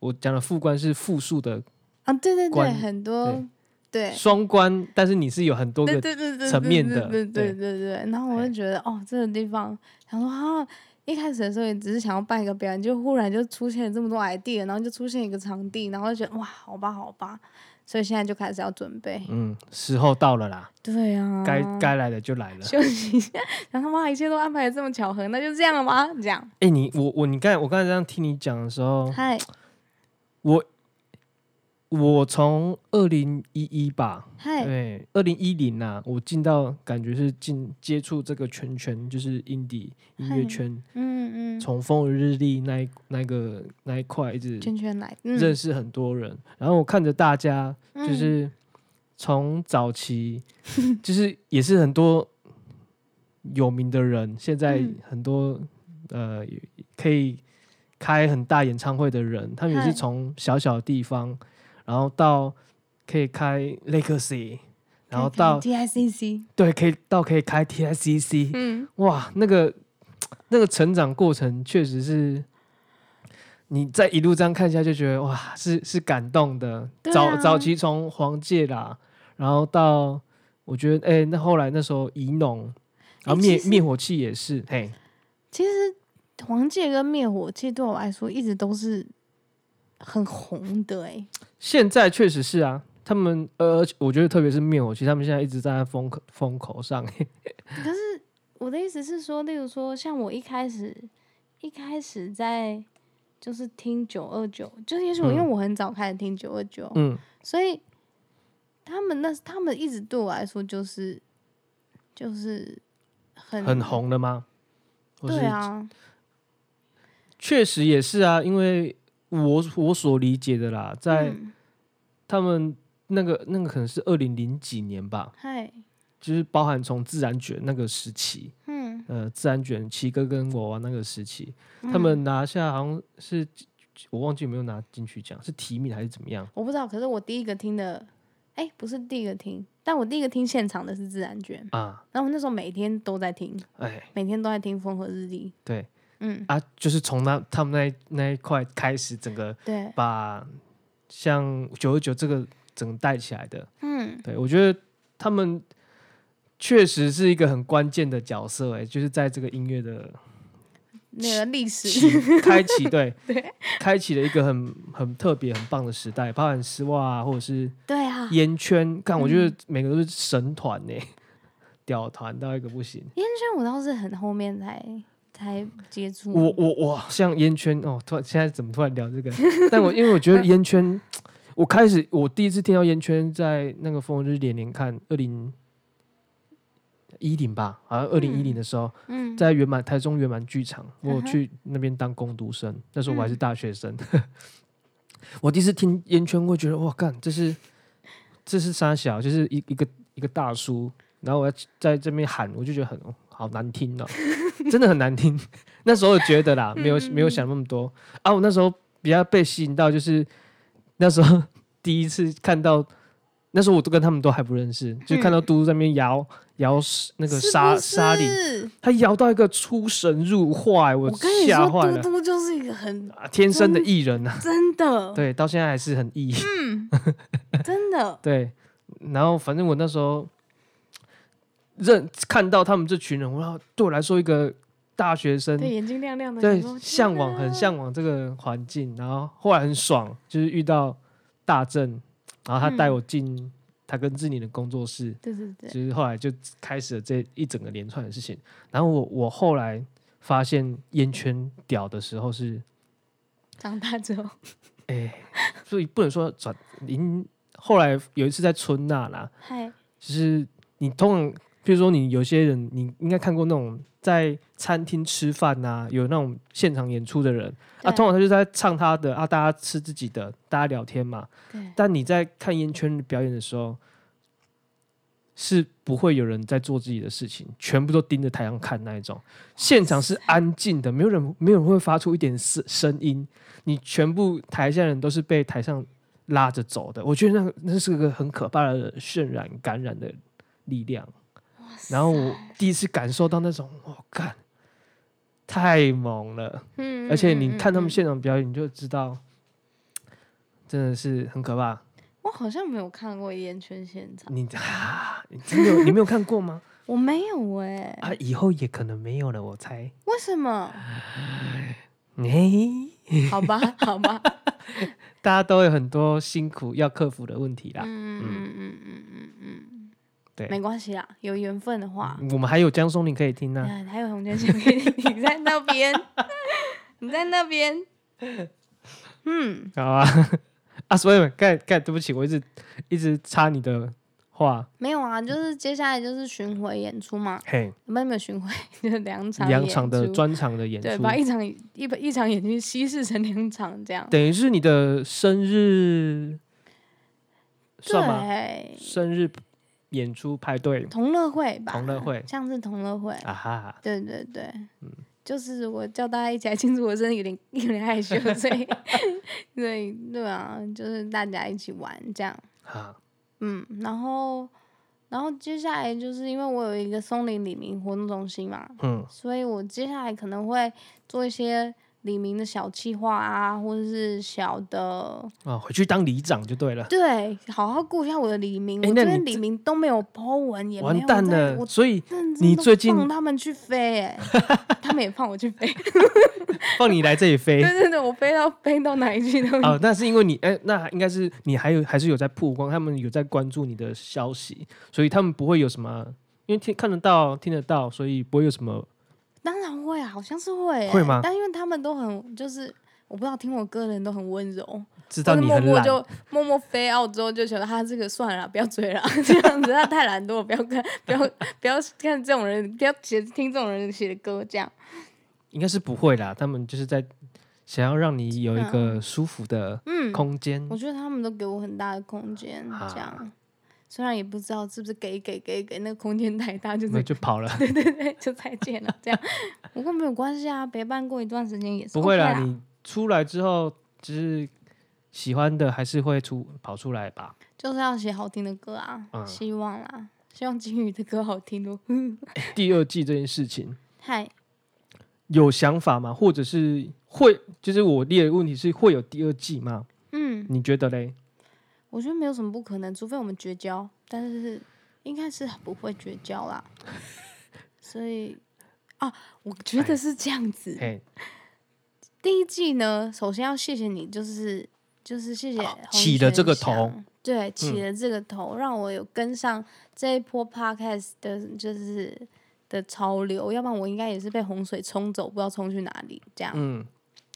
Speaker 1: 我讲的副官是复数的
Speaker 2: 啊，对对对，
Speaker 1: 关
Speaker 2: 很多对
Speaker 1: 双关，但是你是有很多
Speaker 2: 对
Speaker 1: 个
Speaker 2: 对对对
Speaker 1: 层
Speaker 2: 对
Speaker 1: 面
Speaker 2: 对
Speaker 1: 的
Speaker 2: 对对
Speaker 1: 对
Speaker 2: 对对。然后我就觉得哦，这个地方想说啊，一开始的时候也只是想要办一个表演，就忽然就出现了这么多 idea，然后就出现一个场地，然后就觉得哇，好吧好吧，所以现在就开始要准备。
Speaker 1: 嗯，时候到了啦，
Speaker 2: 对啊，
Speaker 1: 该该来的就来了。
Speaker 2: 休息一下。然后哇，一切都安排的这么巧合，那就这样了吧？这样，
Speaker 1: 哎、你我我你刚才我刚才这样听你讲的时候，
Speaker 2: 嗨
Speaker 1: 我我从二零一一吧，
Speaker 2: 嗨，
Speaker 1: 对，二零一零啊，我进到感觉是进接触这个圈圈，就是 indie 音乐
Speaker 2: 嗨
Speaker 1: 圈，
Speaker 2: 嗯嗯，
Speaker 1: 从《风和日丽》那一那个那一块一直
Speaker 2: 圈圈来，嗯，
Speaker 1: 认识很多人，然后我看着大家就
Speaker 2: 嗯
Speaker 1: 是从早期， 就是也是很多有名的人，现在
Speaker 2: 嗯
Speaker 1: 很多、呃可以开很大演唱会的人，他们也
Speaker 2: 嗨
Speaker 1: 是从小小的地方，然后到可以开 Legacy，然后到
Speaker 2: T I C C，
Speaker 1: 对可以到可以开 TICC，、
Speaker 2: 嗯，
Speaker 1: 哇，那个那个成长过程确实是。你在一路这样看下，就觉得哇，是是感动的。
Speaker 2: 对
Speaker 1: 早
Speaker 2: 啊
Speaker 1: 早期从黄玠啦，然后到我觉得，哎、那后来那时候怡农，然后
Speaker 2: 诶
Speaker 1: 灭
Speaker 2: 其实
Speaker 1: 灭火器也是，嘿，
Speaker 2: 其实黄玠跟灭火器对我来说一直都是很红的哎、
Speaker 1: 现在确实是啊。他们呃，而且我觉得特别是灭火器，他们现在一直站在风口风口上， 嘿
Speaker 2: 可是我的意思是说，例如说，像我一开始一开始在就是听九二九，就是也许我、因为
Speaker 1: 嗯
Speaker 2: 我很早开始听九二九，
Speaker 1: 嗯，
Speaker 2: 所以他们那他们一直对我来说就是就是很
Speaker 1: 很，红的吗？或是
Speaker 2: 对啊，
Speaker 1: 确实也是啊，因为我我所理解的啦，在
Speaker 2: 嗯
Speaker 1: 他们那个那个可能是二零零几年吧，
Speaker 2: 嗨，
Speaker 1: 就是包含从自然卷那个时期，
Speaker 2: 嗯，
Speaker 1: 呃，自然卷七哥跟我娃那个时期，
Speaker 2: 嗯
Speaker 1: 他们拿下好像是我忘记有没有拿金曲奖，是提名还是怎么样？
Speaker 2: 我不知道，可是我第一个听的，哎、不是第一个听，但我第一个听现场的是自然卷，
Speaker 1: 啊，
Speaker 2: 然后我那时候每天都在听，
Speaker 1: 哎，
Speaker 2: 每天都在听《风和日丽》，
Speaker 1: 对
Speaker 2: 嗯，
Speaker 1: 啊，就是从那他们那一那一块开始，整个
Speaker 2: 对，
Speaker 1: 把像九十九这个整个带起来的，
Speaker 2: 嗯，
Speaker 1: 对，我觉得他们确实是一个很关键的角色、哎，就是在这个音乐的
Speaker 2: 那个历史，
Speaker 1: 启开启，对开启了一个很很特别、很棒的时代，包含丝袜啊，或者是
Speaker 2: 对啊，
Speaker 1: 烟圈，看我觉得每个都是神团呢、 屌团到一个不行。
Speaker 2: 烟圈我倒是很后面才才接触，
Speaker 1: 我我我像烟圈哦，突然现在怎么突然聊这个？但我因为我觉得烟圈，我开始我第一次听到烟圈在那个风日连连看二零一零吧，好像二零一零的时候，
Speaker 2: 嗯，
Speaker 1: 在圆满台中圆满剧场，我有
Speaker 2: 嗯哼
Speaker 1: 去那边当工读生，那时候我还是
Speaker 2: 嗯
Speaker 1: 大学生。 我第一次听烟圈，会觉得哇，干，这是这是沙小，就是一一个一个大叔，然后我要在这边喊，我就觉得很哦好难听哦， 真的很难听。 那时候觉得啦，没
Speaker 2: 嗯
Speaker 1: 有没有想那么多啊。我那时候比较被吸引到，就是那时候 第一次看到，那时候我都跟他们都还不认识，就看到嘟嘟在那边摇摇那个
Speaker 2: 嗯是
Speaker 1: 沙
Speaker 2: 不
Speaker 1: 沙林。
Speaker 2: 是
Speaker 1: 他摇到一个出神入化、欸我
Speaker 2: 我跟你
Speaker 1: 吓
Speaker 2: 说，
Speaker 1: 坏
Speaker 2: 嘟
Speaker 1: 了、
Speaker 2: 嘟就是一个 很
Speaker 1: 啊天生的艺人呐、
Speaker 2: 真哦的，
Speaker 1: 对，到现在还是很艺。
Speaker 2: 真的，
Speaker 1: 对，然后反正我那时候认看到他们这群人，我要对我来说一个大学生
Speaker 2: 对，眼睛亮亮的，
Speaker 1: 对
Speaker 2: 想说
Speaker 1: 向往很，
Speaker 2: 天
Speaker 1: 向往这个环境，然后后来很爽，就是遇到大正，然后他带我进他跟志宁的工作室，
Speaker 2: 哪对嗯对对，
Speaker 1: 就是后来就开始了这一整个连串的事情。然后我我后来发现烟圈屌的时候是，
Speaker 2: 长大之后，
Speaker 1: 哎、所以不能说转您。后来有一次在春娜啦，
Speaker 2: 嗨，
Speaker 1: 就是你通常，譬如说你有些人，你应该看过那种在餐厅吃饭呐、有那种现场演出的人啊，
Speaker 2: 对
Speaker 1: 通常他就在唱他的啊，大家吃自己的，大家聊天嘛。
Speaker 2: 对，
Speaker 1: 但你在看烟圈表演的时候，是不会有人在做自己的事情，全部都盯着台上看那一种。现场是安静的，没有人，没有人会发出一点声声音。你全部台下人都是被台上拉着走的。我觉得那个那是个很可怕的渲染感染的力量。然后我第一次感受到那种，我、干，太猛了。
Speaker 2: 嗯，
Speaker 1: 而且
Speaker 2: 嗯
Speaker 1: 你看他们，
Speaker 2: 嗯嗯
Speaker 1: 现场表演，你就知道，真的是很可怕。
Speaker 2: 我好像没有看过烟圈现场，
Speaker 1: 你 啊，你真的有你没有看过 吗？
Speaker 2: 我没有哎，
Speaker 1: 啊，以后也可能没有了，我猜。
Speaker 2: 为 什么？
Speaker 1: 哎、
Speaker 2: 好吧，好吧，
Speaker 1: 大家都有很多辛苦要克服的问题啦。
Speaker 2: 嗯嗯嗯嗯嗯嗯，
Speaker 1: 对
Speaker 2: 没关系啦，有缘分的话，
Speaker 1: 我们还有江松林可以听啊呢、
Speaker 2: 嗯，还有红圈献给你，你在那 边，你在那边，嗯，
Speaker 1: 好啊，啊，所以盖盖，对不起，我一直一直插你的话。
Speaker 2: 没有啊，就是接下来就是巡回演出嘛，
Speaker 1: 嘿，
Speaker 2: 没有没有巡回， 就是两场
Speaker 1: 两
Speaker 2: 演
Speaker 1: 场的
Speaker 2: 出
Speaker 1: 专场的演
Speaker 2: 对，
Speaker 1: 出，
Speaker 2: 把一场一一场演出稀释成两场这样，
Speaker 1: 等于是你的生日，算吗？
Speaker 2: 对，
Speaker 1: 生日演出派对
Speaker 2: 同乐会吧，
Speaker 1: 同乐会
Speaker 2: 像是同乐会，
Speaker 1: 啊嗯哈，
Speaker 2: 对对对，就是我叫大家一起来庆祝，我真的有点有点害羞，所 以所以对啊，就是大家一起玩这样，
Speaker 1: 啊，
Speaker 2: 嗯，然后然后接下来就是因为我有一个松林李明活动中心嘛，
Speaker 1: 嗯，
Speaker 2: 所以我接下来可能会做一些李明的小计划啊，或者是小的，
Speaker 1: 啊，回去当里长就对了。
Speaker 2: 对，好好顾一下我的李明。
Speaker 1: 诶
Speaker 2: 我
Speaker 1: 那你
Speaker 2: 这边李明都没有 Po 文，也没有
Speaker 1: 完蛋
Speaker 2: 在
Speaker 1: 了，
Speaker 2: 我
Speaker 1: 所以
Speaker 2: 认
Speaker 1: 你
Speaker 2: 真都
Speaker 1: 最近
Speaker 2: 放他们去飞、 欸，他们也放我去飞，
Speaker 1: 放你来这里飞
Speaker 2: 对对对，我飞到飞到哪里去都
Speaker 1: 哦，那是因为你哎、那应该是你还有还是有在曝光，他们有在关注你的消息，所以他们不会有什么，因为听看得到听得到，所以不会有什么
Speaker 2: 当然会啊，好像是会、欸，
Speaker 1: 会吗
Speaker 2: 但因为他们都很就是。我不知道听我歌的人都很温柔，
Speaker 1: 知
Speaker 2: 但
Speaker 1: 道
Speaker 2: 是
Speaker 1: 你
Speaker 2: 默
Speaker 1: 很
Speaker 2: 默
Speaker 1: 懒。
Speaker 2: 就默默飞澳洲，就觉得他这个算了啦，不要追了，这样子他太懒惰，不要看， 不要不要看这种人，不要写听这种人写的歌，这样
Speaker 1: 应该是不会啦，他们就是在想要让你有一个舒服的空间。
Speaker 2: 我觉得他们都给我很大的空间，
Speaker 1: 啊
Speaker 2: 这样虽然也不知道是不是给给给给那个空间太大，就
Speaker 1: 那
Speaker 2: 是
Speaker 1: 就 跑了，
Speaker 2: 对对对，就再见了，这样 不过没有关系啊，陪伴过一段时间也是
Speaker 1: 不会
Speaker 2: OK 啊
Speaker 1: 啦。
Speaker 2: 啦，
Speaker 1: 你出来之后，就是喜欢的还是会出跑出来吧。
Speaker 2: 就是要写好听的歌啊，
Speaker 1: 嗯
Speaker 2: 希望啦，希望金鱼的歌好听哦，
Speaker 1: 第二季这件事情，
Speaker 2: 嗨，
Speaker 1: 有想法吗？或者是会，就是我列的问题是会有第二季吗？
Speaker 2: 嗯。
Speaker 1: 你觉得嘞？
Speaker 2: 我觉得没有什么不可能，除非我们绝交，但是应该是不会绝交啦。 所以啊，我觉
Speaker 1: 哎
Speaker 2: 得是这样子。
Speaker 1: 嘿，
Speaker 2: 第一季呢，首先要谢谢你，就是就是谢谢
Speaker 1: 啊
Speaker 2: 洪
Speaker 1: 起了这个头嗯
Speaker 2: 泉祥，对，起了这个头，让我有跟上这一波 podcast 的，就是的潮流，要不然我应该也是被洪水冲走，不知道冲去哪里这样。
Speaker 1: 嗯，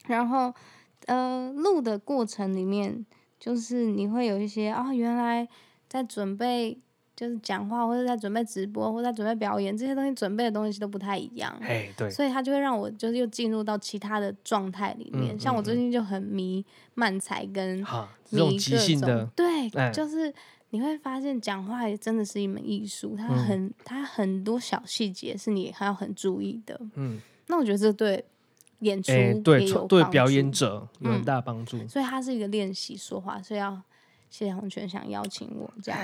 Speaker 2: 然后呃，录的过程里面，就是你会有一些啊、原来在准备就是讲话，或者在准备直播，或者在准备表演这些东西，准备的东西都不太一样，
Speaker 1: 嘿，对，
Speaker 2: 所以它就会让我就是又进入到其他的状态里面。
Speaker 1: 嗯
Speaker 2: 像我
Speaker 1: 嗯
Speaker 2: 最近就很迷漫才跟
Speaker 1: 哈，这
Speaker 2: 迷
Speaker 1: 种即
Speaker 2: 各
Speaker 1: 兴的
Speaker 2: 种，对，
Speaker 1: 哎
Speaker 2: 就是你会发现讲话也真的是一门艺术，
Speaker 1: 嗯
Speaker 2: 它很、它很多小细节是你还要很注意的。
Speaker 1: 嗯，
Speaker 2: 那我觉得这对演出
Speaker 1: 哎，
Speaker 2: 也
Speaker 1: 对，
Speaker 2: 有
Speaker 1: 从对
Speaker 2: 帮
Speaker 1: 表
Speaker 2: 助
Speaker 1: 演者有很
Speaker 2: 嗯
Speaker 1: 大帮助。
Speaker 2: 所以它是一个练习说话，所以要谢谢洪泉想邀请我这样。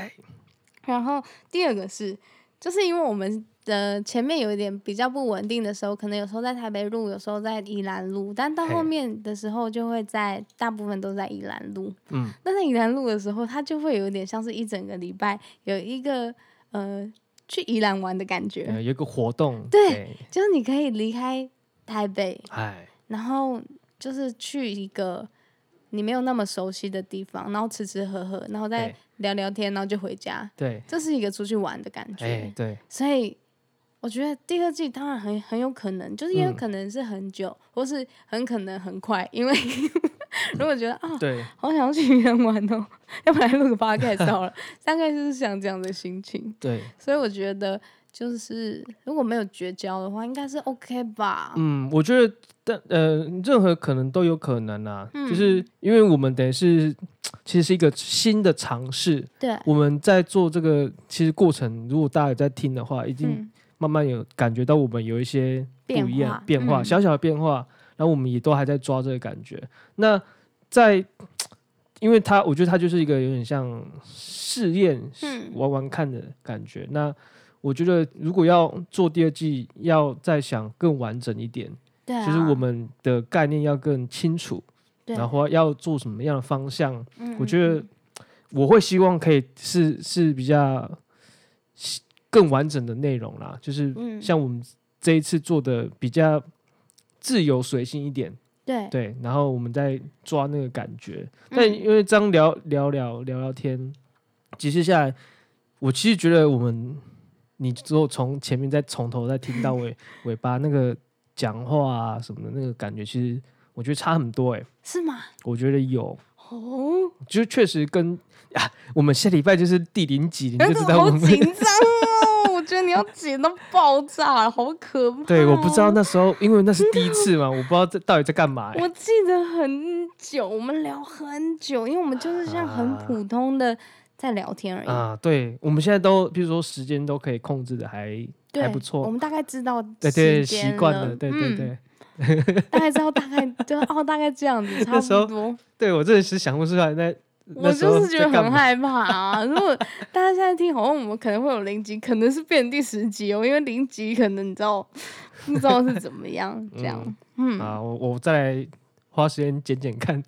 Speaker 2: 然后第二个是，就是因为我们的前面有一点比较不稳定的时候，可能有时候在台北录，有时候在宜兰录，但到
Speaker 1: 嘿
Speaker 2: 后面的时候就会在大部分都在宜兰录。
Speaker 1: 嗯，
Speaker 2: 那在宜兰录的时候，它就会有点像是一整个礼拜有一个呃。去宜兰玩的感觉，
Speaker 1: 呃有一个活动，
Speaker 2: 对
Speaker 1: 对，
Speaker 2: 就是你可以离开台北，
Speaker 1: 哎，
Speaker 2: 然后就是去一个你没有那么熟悉的地方，然后吃吃喝喝，然后再
Speaker 1: 对
Speaker 2: 聊聊天，然后就回家。
Speaker 1: 对，
Speaker 2: 这是一个出去玩的感觉，
Speaker 1: 哎，对，
Speaker 2: 所以我觉得第二季当然很很有可能，就是也有
Speaker 1: 嗯
Speaker 2: 可能是很久，或是很可能很快，因为 如果觉得啊、
Speaker 1: 对，
Speaker 2: 好想要去宜兰玩哦，要不然录个 podcast 好了，大概就是想这样的心情。
Speaker 1: 对，
Speaker 2: 所以我觉得就是如果没有绝交的话，应该是 OK 吧？
Speaker 1: 嗯，我觉得，但呃，任何可能都有可能啊，
Speaker 2: 嗯
Speaker 1: 就是因为我们等于是其实是一个新的尝试，
Speaker 2: 对，
Speaker 1: 我们在做这个其实过程，如果大家有在听的话，已经
Speaker 2: 嗯，
Speaker 1: 慢慢有感觉到我们有一些不一样
Speaker 2: 变化嗯
Speaker 1: 小小的变化，然后我们也都还在抓这个感觉。那在，因为它，我觉得它就是一个有点像试验、
Speaker 2: 嗯
Speaker 1: 玩玩看的感觉。那我觉得如果要做第二季，要再想更完整一点，
Speaker 2: 对啊，
Speaker 1: 就是我们的概念要更清楚，
Speaker 2: 对，
Speaker 1: 然后要做什么样的方向，
Speaker 2: 嗯
Speaker 1: 我觉
Speaker 2: 嗯
Speaker 1: 得我会希望可以是是比较更完整的内容啦，就是
Speaker 2: 嗯
Speaker 1: 像我们这一次做的比较自由随性一点，
Speaker 2: 对
Speaker 1: 对，然后我们再抓那个感觉。
Speaker 2: 嗯
Speaker 1: 但因为这样聊聊聊聊聊天，几次下来，我其实觉得我们你之后从前面再从头再听到 尾尾巴那个讲话啊什么的那个感觉，其实我觉得差很多哎、
Speaker 2: 是吗？
Speaker 1: 我觉得有。
Speaker 2: 哦，
Speaker 1: 就确实跟 啊，我们下礼拜就是第零集，你就知道我
Speaker 2: 好
Speaker 1: 们。
Speaker 2: 紧张哦，我觉得你要紧到爆炸，好可怕、 哦
Speaker 1: 对，我不知道。那时候，因为那是第一次嘛，我不知道这到底在干嘛、欸。
Speaker 2: 我记得很久，我们聊很久，因为我们就是像很
Speaker 1: 啊
Speaker 2: 普通的在聊天而已。
Speaker 1: 啊，对，我们现在都，比如说时间都可以控制的还
Speaker 2: 对，
Speaker 1: 还不
Speaker 2: 我
Speaker 1: 错，
Speaker 2: 们大概知道
Speaker 1: 对
Speaker 2: 时
Speaker 1: 对，习
Speaker 2: 间
Speaker 1: 惯
Speaker 2: 了，
Speaker 1: 了，对对对，
Speaker 2: 嗯，大概知道大概就哦，大概这样子，差
Speaker 1: 那时候
Speaker 2: 不多。
Speaker 1: 对我真的是想不出来那
Speaker 2: 我
Speaker 1: 那时候
Speaker 2: 就是觉得
Speaker 1: 在干
Speaker 2: 很
Speaker 1: 嘛。
Speaker 2: 害怕啊！如果大家现在听，好像我们可能会有零级，可能是变成第十集哦，因为零级可能你知道，不知道是怎么 样这样。嗯，
Speaker 1: 啊，我我再来花时间剪剪看，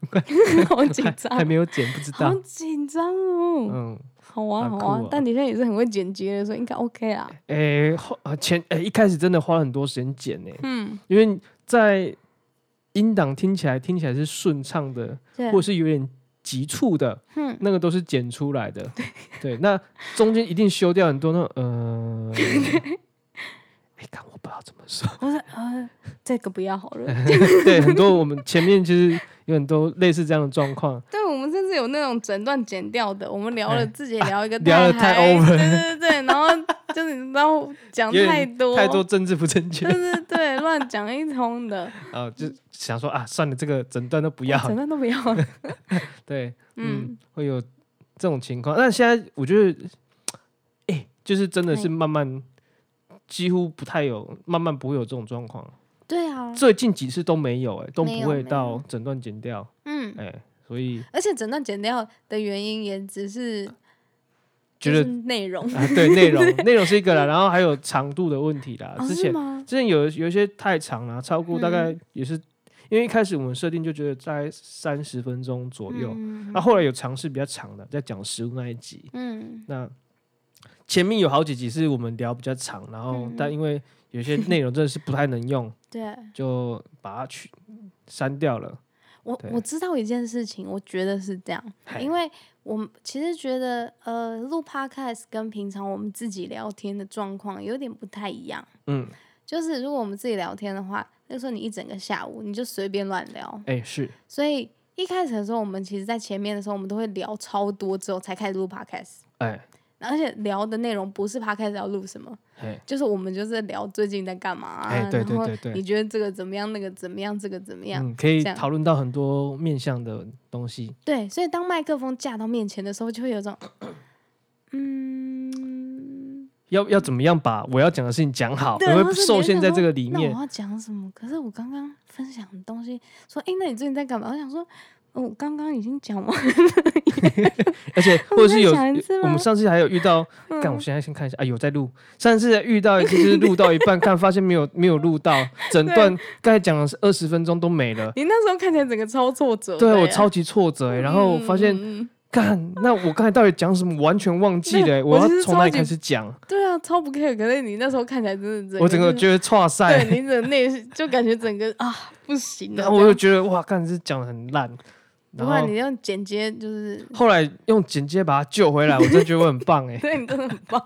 Speaker 2: 好紧
Speaker 1: 还嗯还
Speaker 2: 张，
Speaker 1: 没有剪，不知道
Speaker 2: 好。紧张哦。
Speaker 1: 嗯，
Speaker 2: 好啊，
Speaker 1: 好
Speaker 2: 好
Speaker 1: 酷
Speaker 2: 啊
Speaker 1: 哦，哎
Speaker 2: 但你现在也是很会剪接的，所以应该 OK 啦。
Speaker 1: 诶，后啊前诶一开始真的花了很多时间剪呢，
Speaker 2: 嗯，
Speaker 1: 因为在音档听起来听起来是顺畅的，
Speaker 2: 对
Speaker 1: 或，是有点急促的，
Speaker 2: 嗯，
Speaker 1: 那个都是剪出来的。对，那中间一定修掉很多那种 呃，哎，看我不知道怎么说，
Speaker 2: 我说呃，这个不要好了。
Speaker 1: 对，很多我们前面其实有很多类似这样的状况，
Speaker 2: 对，我们甚至有那种整段剪掉的，我们聊了
Speaker 1: 哎
Speaker 2: 自己聊一个
Speaker 1: 聊得
Speaker 2: 嗨
Speaker 1: 太 over
Speaker 2: 对对对对，然后就是你知道讲
Speaker 1: 有点
Speaker 2: 太 多
Speaker 1: 太多政治不正确
Speaker 2: 对对对，乱讲一通的，
Speaker 1: 啊，就想说啊，算了，这个整段都不
Speaker 2: 不
Speaker 1: 要，
Speaker 2: 哦整段都不 要了。
Speaker 1: 对，嗯
Speaker 2: 嗯，，
Speaker 1: 会有这种情况。但现在我觉得，哎、就是真的是
Speaker 2: 哎
Speaker 1: 慢慢，几乎不太有，慢慢不会有这种状况。
Speaker 2: 对啊，
Speaker 1: 最近几次都没有、哎，都
Speaker 2: 没
Speaker 1: 不
Speaker 2: 有
Speaker 1: 会
Speaker 2: 没有
Speaker 1: 到整段剪掉，
Speaker 2: 嗯，
Speaker 1: 哎、所以
Speaker 2: 而且整段剪掉的原因也只是
Speaker 1: 觉
Speaker 2: 就
Speaker 1: 得
Speaker 2: 是内容，
Speaker 1: 啊，对内容内容是一个 啦，然后还有长度的问题啦。
Speaker 2: 哦
Speaker 1: 啊之
Speaker 2: 是
Speaker 1: 前
Speaker 2: 吗？
Speaker 1: 之前有有一些太长了，超
Speaker 2: 嗯
Speaker 1: 过大概也是、因为一开始我们设定就觉得大概三十分钟左右，啊
Speaker 2: 嗯
Speaker 1: 那、后来有尝试比较长的，在讲食物那一集，
Speaker 2: 嗯，
Speaker 1: 那前面有好几集是我们聊比较长，然后
Speaker 2: 嗯嗯
Speaker 1: 但因为有些内容真的是不太能 用，
Speaker 2: 对。
Speaker 1: 就把它去删掉了。
Speaker 2: 我
Speaker 1: 对
Speaker 2: 我知道一件事情，我觉得是这样，
Speaker 1: 嘿
Speaker 2: 因为我们其实觉得，呃，录 podcast 跟平常我们自己聊天的状况有点不太一样。
Speaker 1: 嗯，
Speaker 2: 就是如果我们自己聊天的话，那时候你一整个下午你就随便乱聊，
Speaker 1: 哎、是
Speaker 2: 所以一开始的时候，我们其实在前面的时候，我们都会聊超多之后才开始录 podcast，
Speaker 1: 哎、
Speaker 2: 而且聊的内容不是 podcast 要录什么，
Speaker 1: 哎
Speaker 2: 就是我们就是聊最近在干嘛、啊，
Speaker 1: 哎对对对
Speaker 2: 然
Speaker 1: 对
Speaker 2: 后你觉得这个怎么样，那个怎么样，这个怎么样，
Speaker 1: 嗯，可以
Speaker 2: 这样
Speaker 1: 讨论到很多面向的东西。
Speaker 2: 对，所以当麦克风架到面前的时候，就会有一种，嗯，
Speaker 1: 要要怎么样把我要讲的事情讲好，
Speaker 2: 对，
Speaker 1: 因
Speaker 2: 或
Speaker 1: 为
Speaker 2: 是
Speaker 1: 受
Speaker 2: 别人
Speaker 1: 限
Speaker 2: 想
Speaker 1: 在
Speaker 2: 说
Speaker 1: 这个里
Speaker 2: 那
Speaker 1: 面
Speaker 2: 我。要讲什么？可是我刚刚分享的东西，说，哎、那你最近在干嘛？我想说，哦我刚刚已经讲完了，
Speaker 1: 而且或
Speaker 2: 我
Speaker 1: 者
Speaker 2: 再
Speaker 1: 是有
Speaker 2: 讲一次
Speaker 1: 我
Speaker 2: 吗嗯
Speaker 1: 们上次还有遇到，看我现在先看一下，啊，有在录。上次遇到就是录到一 半，看发现没有没有录到，整
Speaker 2: 对哦
Speaker 1: 段刚才讲的是二十分钟都没了。
Speaker 2: 你那时候看起来整个超挫折的
Speaker 1: 对
Speaker 2: 耶。
Speaker 1: 啊我超级挫折欸，然后发现
Speaker 2: 啊嗯，嗯嗯
Speaker 1: 干，那我刚才到底讲什么，完全忘记了欸，
Speaker 2: 对
Speaker 1: 我
Speaker 2: 我
Speaker 1: 要
Speaker 2: 其实
Speaker 1: 从哪里
Speaker 2: 超级
Speaker 1: 开始讲？
Speaker 2: 对啊，啊，超不 care。可是你那时候看起来真的，
Speaker 1: 我整个
Speaker 2: 就
Speaker 1: 觉得哇塞，
Speaker 2: 对你整个内就感觉整个啊不行
Speaker 1: 然
Speaker 2: 了。
Speaker 1: 后我就
Speaker 2: 这样
Speaker 1: 觉得哇，干这讲的很烂。
Speaker 2: 不
Speaker 1: 然
Speaker 2: 过
Speaker 1: 后
Speaker 2: 你用剪接就是，
Speaker 1: 后来用剪接把它救回来，我真的觉得我很棒哎、
Speaker 2: 对你真的很棒。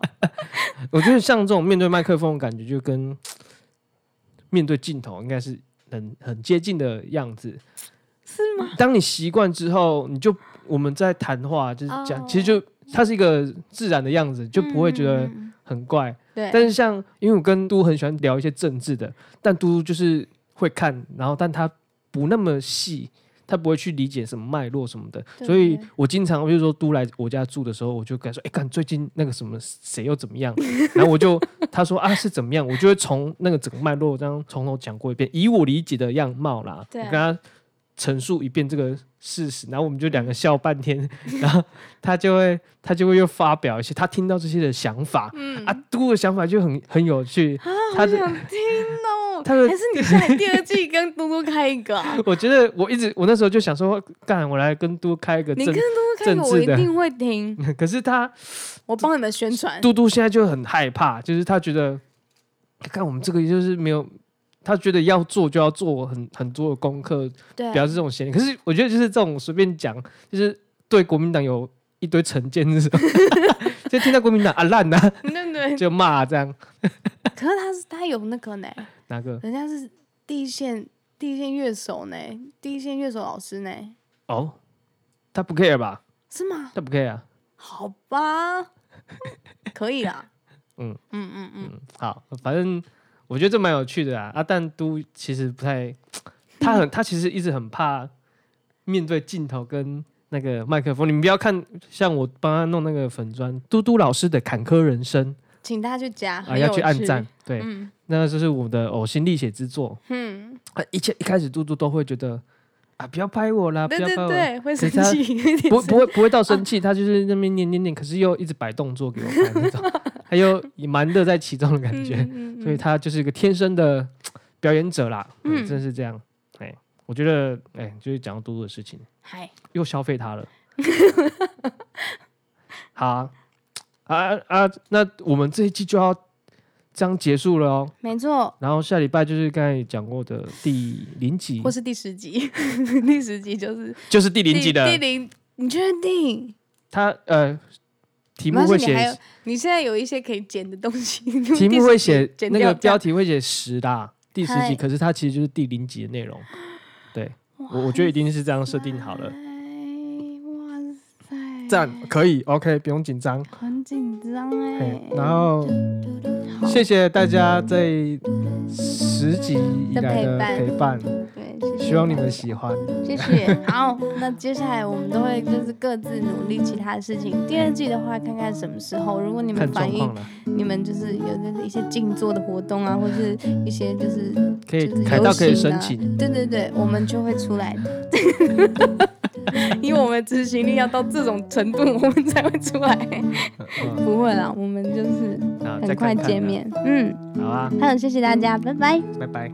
Speaker 1: 我觉得像这种面对麦克风，感觉就跟面对镜头应该是很很接近的样子，是吗？当你习惯之后，你就我们在谈话就是讲
Speaker 2: 哦
Speaker 1: 其实就它是一个自然的样子， 就不会觉得
Speaker 2: 嗯嗯嗯
Speaker 1: 很怪。
Speaker 2: 对，
Speaker 1: 但是像因为我跟嘟很喜欢聊一些政治的，但嘟就是会看，然后但他不那么细，他不会去理解什么脉络什么的，
Speaker 2: 对
Speaker 1: 所以
Speaker 2: 对
Speaker 1: 我经常就是说嘟来我家住的时候，我就跟他说，哎、看最近那个什么谁又怎么样， 然后我就他说啊是怎么样，我就会从那个整个脉络这样从头讲过一遍，以我理解的样貌啦，
Speaker 2: 对啊
Speaker 1: 我跟他陈述一遍这个事实，然后我们就
Speaker 2: 嗯
Speaker 1: 两个笑半天， 然后他就会他就会又发表一些他听到这些的想法，
Speaker 2: 嗯
Speaker 1: 啊，嘟的想法就很很有趣。
Speaker 2: 啊，
Speaker 1: 他
Speaker 2: 好
Speaker 1: 的
Speaker 2: 想听哦。
Speaker 1: 他的
Speaker 2: 还是你现在第二季跟嘟嘟开一个啊、
Speaker 1: 我觉得我一直我那时候就想说，干，我来跟嘟开一个
Speaker 2: 你跟
Speaker 1: 正
Speaker 2: 嘟，嘟开
Speaker 1: 政
Speaker 2: 一个，我
Speaker 1: 治
Speaker 2: 一
Speaker 1: 的
Speaker 2: 定会听。
Speaker 1: 可是他
Speaker 2: 我帮你们宣传。
Speaker 1: 嘟嘟现在就很害怕，就是他觉得，看我们这个就是没有，他觉得要做就要做很很多的功课，
Speaker 2: 对
Speaker 1: 不，要是这种闲。可是我觉得就是这种随便讲，就是对国民党有一堆成见是什么， 就听到国民党啊烂啊
Speaker 2: 对对。
Speaker 1: 就骂这样，
Speaker 2: 可是他是他有那个呢，
Speaker 1: 哪个？
Speaker 2: 人家是第一线第一线乐手呢，第一线乐手老师呢，
Speaker 1: 哦，他不 care 吧？
Speaker 2: 是吗？
Speaker 1: 他不 care 啊。
Speaker 2: 好吧， 可以啦。
Speaker 1: 嗯
Speaker 2: 嗯嗯嗯，
Speaker 1: 好，反正我觉得这蛮有趣的啊。阿蛋都其实不太，他很他其实一直很怕面对镜头跟那个麦克风。你们不要看，像我帮他弄那个粉砖，嘟嘟老师的坎坷人生
Speaker 2: 请大家去加，
Speaker 1: 啊，
Speaker 2: 很
Speaker 1: 要
Speaker 2: 有
Speaker 1: 去按
Speaker 2: 趣
Speaker 1: 赞。。对，
Speaker 2: 嗯
Speaker 1: 那就是我们的呕心沥血之作
Speaker 2: 嗯，
Speaker 1: 啊。一切一开始嘟嘟都会觉得啊，不要拍我啦，不
Speaker 2: 对
Speaker 1: 要
Speaker 2: 对
Speaker 1: 拍我啦。
Speaker 2: 对，会
Speaker 1: 可
Speaker 2: 生
Speaker 1: 是他
Speaker 2: 气，有点
Speaker 1: 不
Speaker 2: 生
Speaker 1: 不会不会到生气，他就是那边念念念，可是又一直摆动作给我看那 种，他又蛮乐在其中的感
Speaker 2: 嗯
Speaker 1: 觉。
Speaker 2: 嗯嗯
Speaker 1: 所以
Speaker 2: 嗯
Speaker 1: 他就是一个天生的表演者啦，嗯，
Speaker 2: 嗯
Speaker 1: 真是这样。哎，我觉得，哎，就是讲到嘟嘟的事情，
Speaker 2: 嗨，
Speaker 1: 又消费 他了。好啊啊啊！那我们这一季就要这样结束了哦。
Speaker 2: 没错，
Speaker 1: 然后下礼拜就是刚才讲过的第零集
Speaker 2: 或，是第十集， 第十集就是
Speaker 1: 就是第零集
Speaker 2: 第
Speaker 1: 的。
Speaker 2: 零，你确定？
Speaker 1: 他呃，题
Speaker 2: 没
Speaker 1: 目
Speaker 2: 关
Speaker 1: 会
Speaker 2: 系你还有
Speaker 1: 写，
Speaker 2: 你现在有一些可以剪的东西，
Speaker 1: 题目会写
Speaker 2: 剪
Speaker 1: 那
Speaker 2: 掉
Speaker 1: 个
Speaker 2: 这样
Speaker 1: 标题会写十啦，第十集，
Speaker 2: 嗨
Speaker 1: 可是它其实就是第零集的内容。对，我我觉得一定是这样设定好了。
Speaker 2: 哎，哇塞，
Speaker 1: 赞，可以，OK，不用紧张。
Speaker 2: 很紧张哎
Speaker 1: 嘿。然后谢谢大家在十集以来的
Speaker 2: 的陪
Speaker 1: 陪伴，
Speaker 2: 对，谢谢
Speaker 1: 希望你们喜欢。
Speaker 2: 谢谢。 好，那接下来我们都会就是各自努力其他事情。第二季的话，看看什么时候，如果你们
Speaker 1: 看
Speaker 2: 反
Speaker 1: 状
Speaker 2: 应
Speaker 1: 况，了，
Speaker 2: 你们就是有的一些静坐的活动啊，或是一些就是
Speaker 1: 可以
Speaker 2: 就是
Speaker 1: 凯
Speaker 2: 游
Speaker 1: 道可以
Speaker 2: 行
Speaker 1: 申
Speaker 2: 啊
Speaker 1: 请，
Speaker 2: 对对对，我们就会出来 的。因为我们执行力要到这种程度，我们才会 出来。
Speaker 1: 嗯，
Speaker 2: 不会啦，我们就是
Speaker 1: 嗯好，再
Speaker 2: 很快
Speaker 1: 看看
Speaker 2: 见
Speaker 1: 啊，
Speaker 2: 面。嗯，
Speaker 1: 好啊，
Speaker 2: 还有谢谢大家，拜拜。
Speaker 1: 拜拜。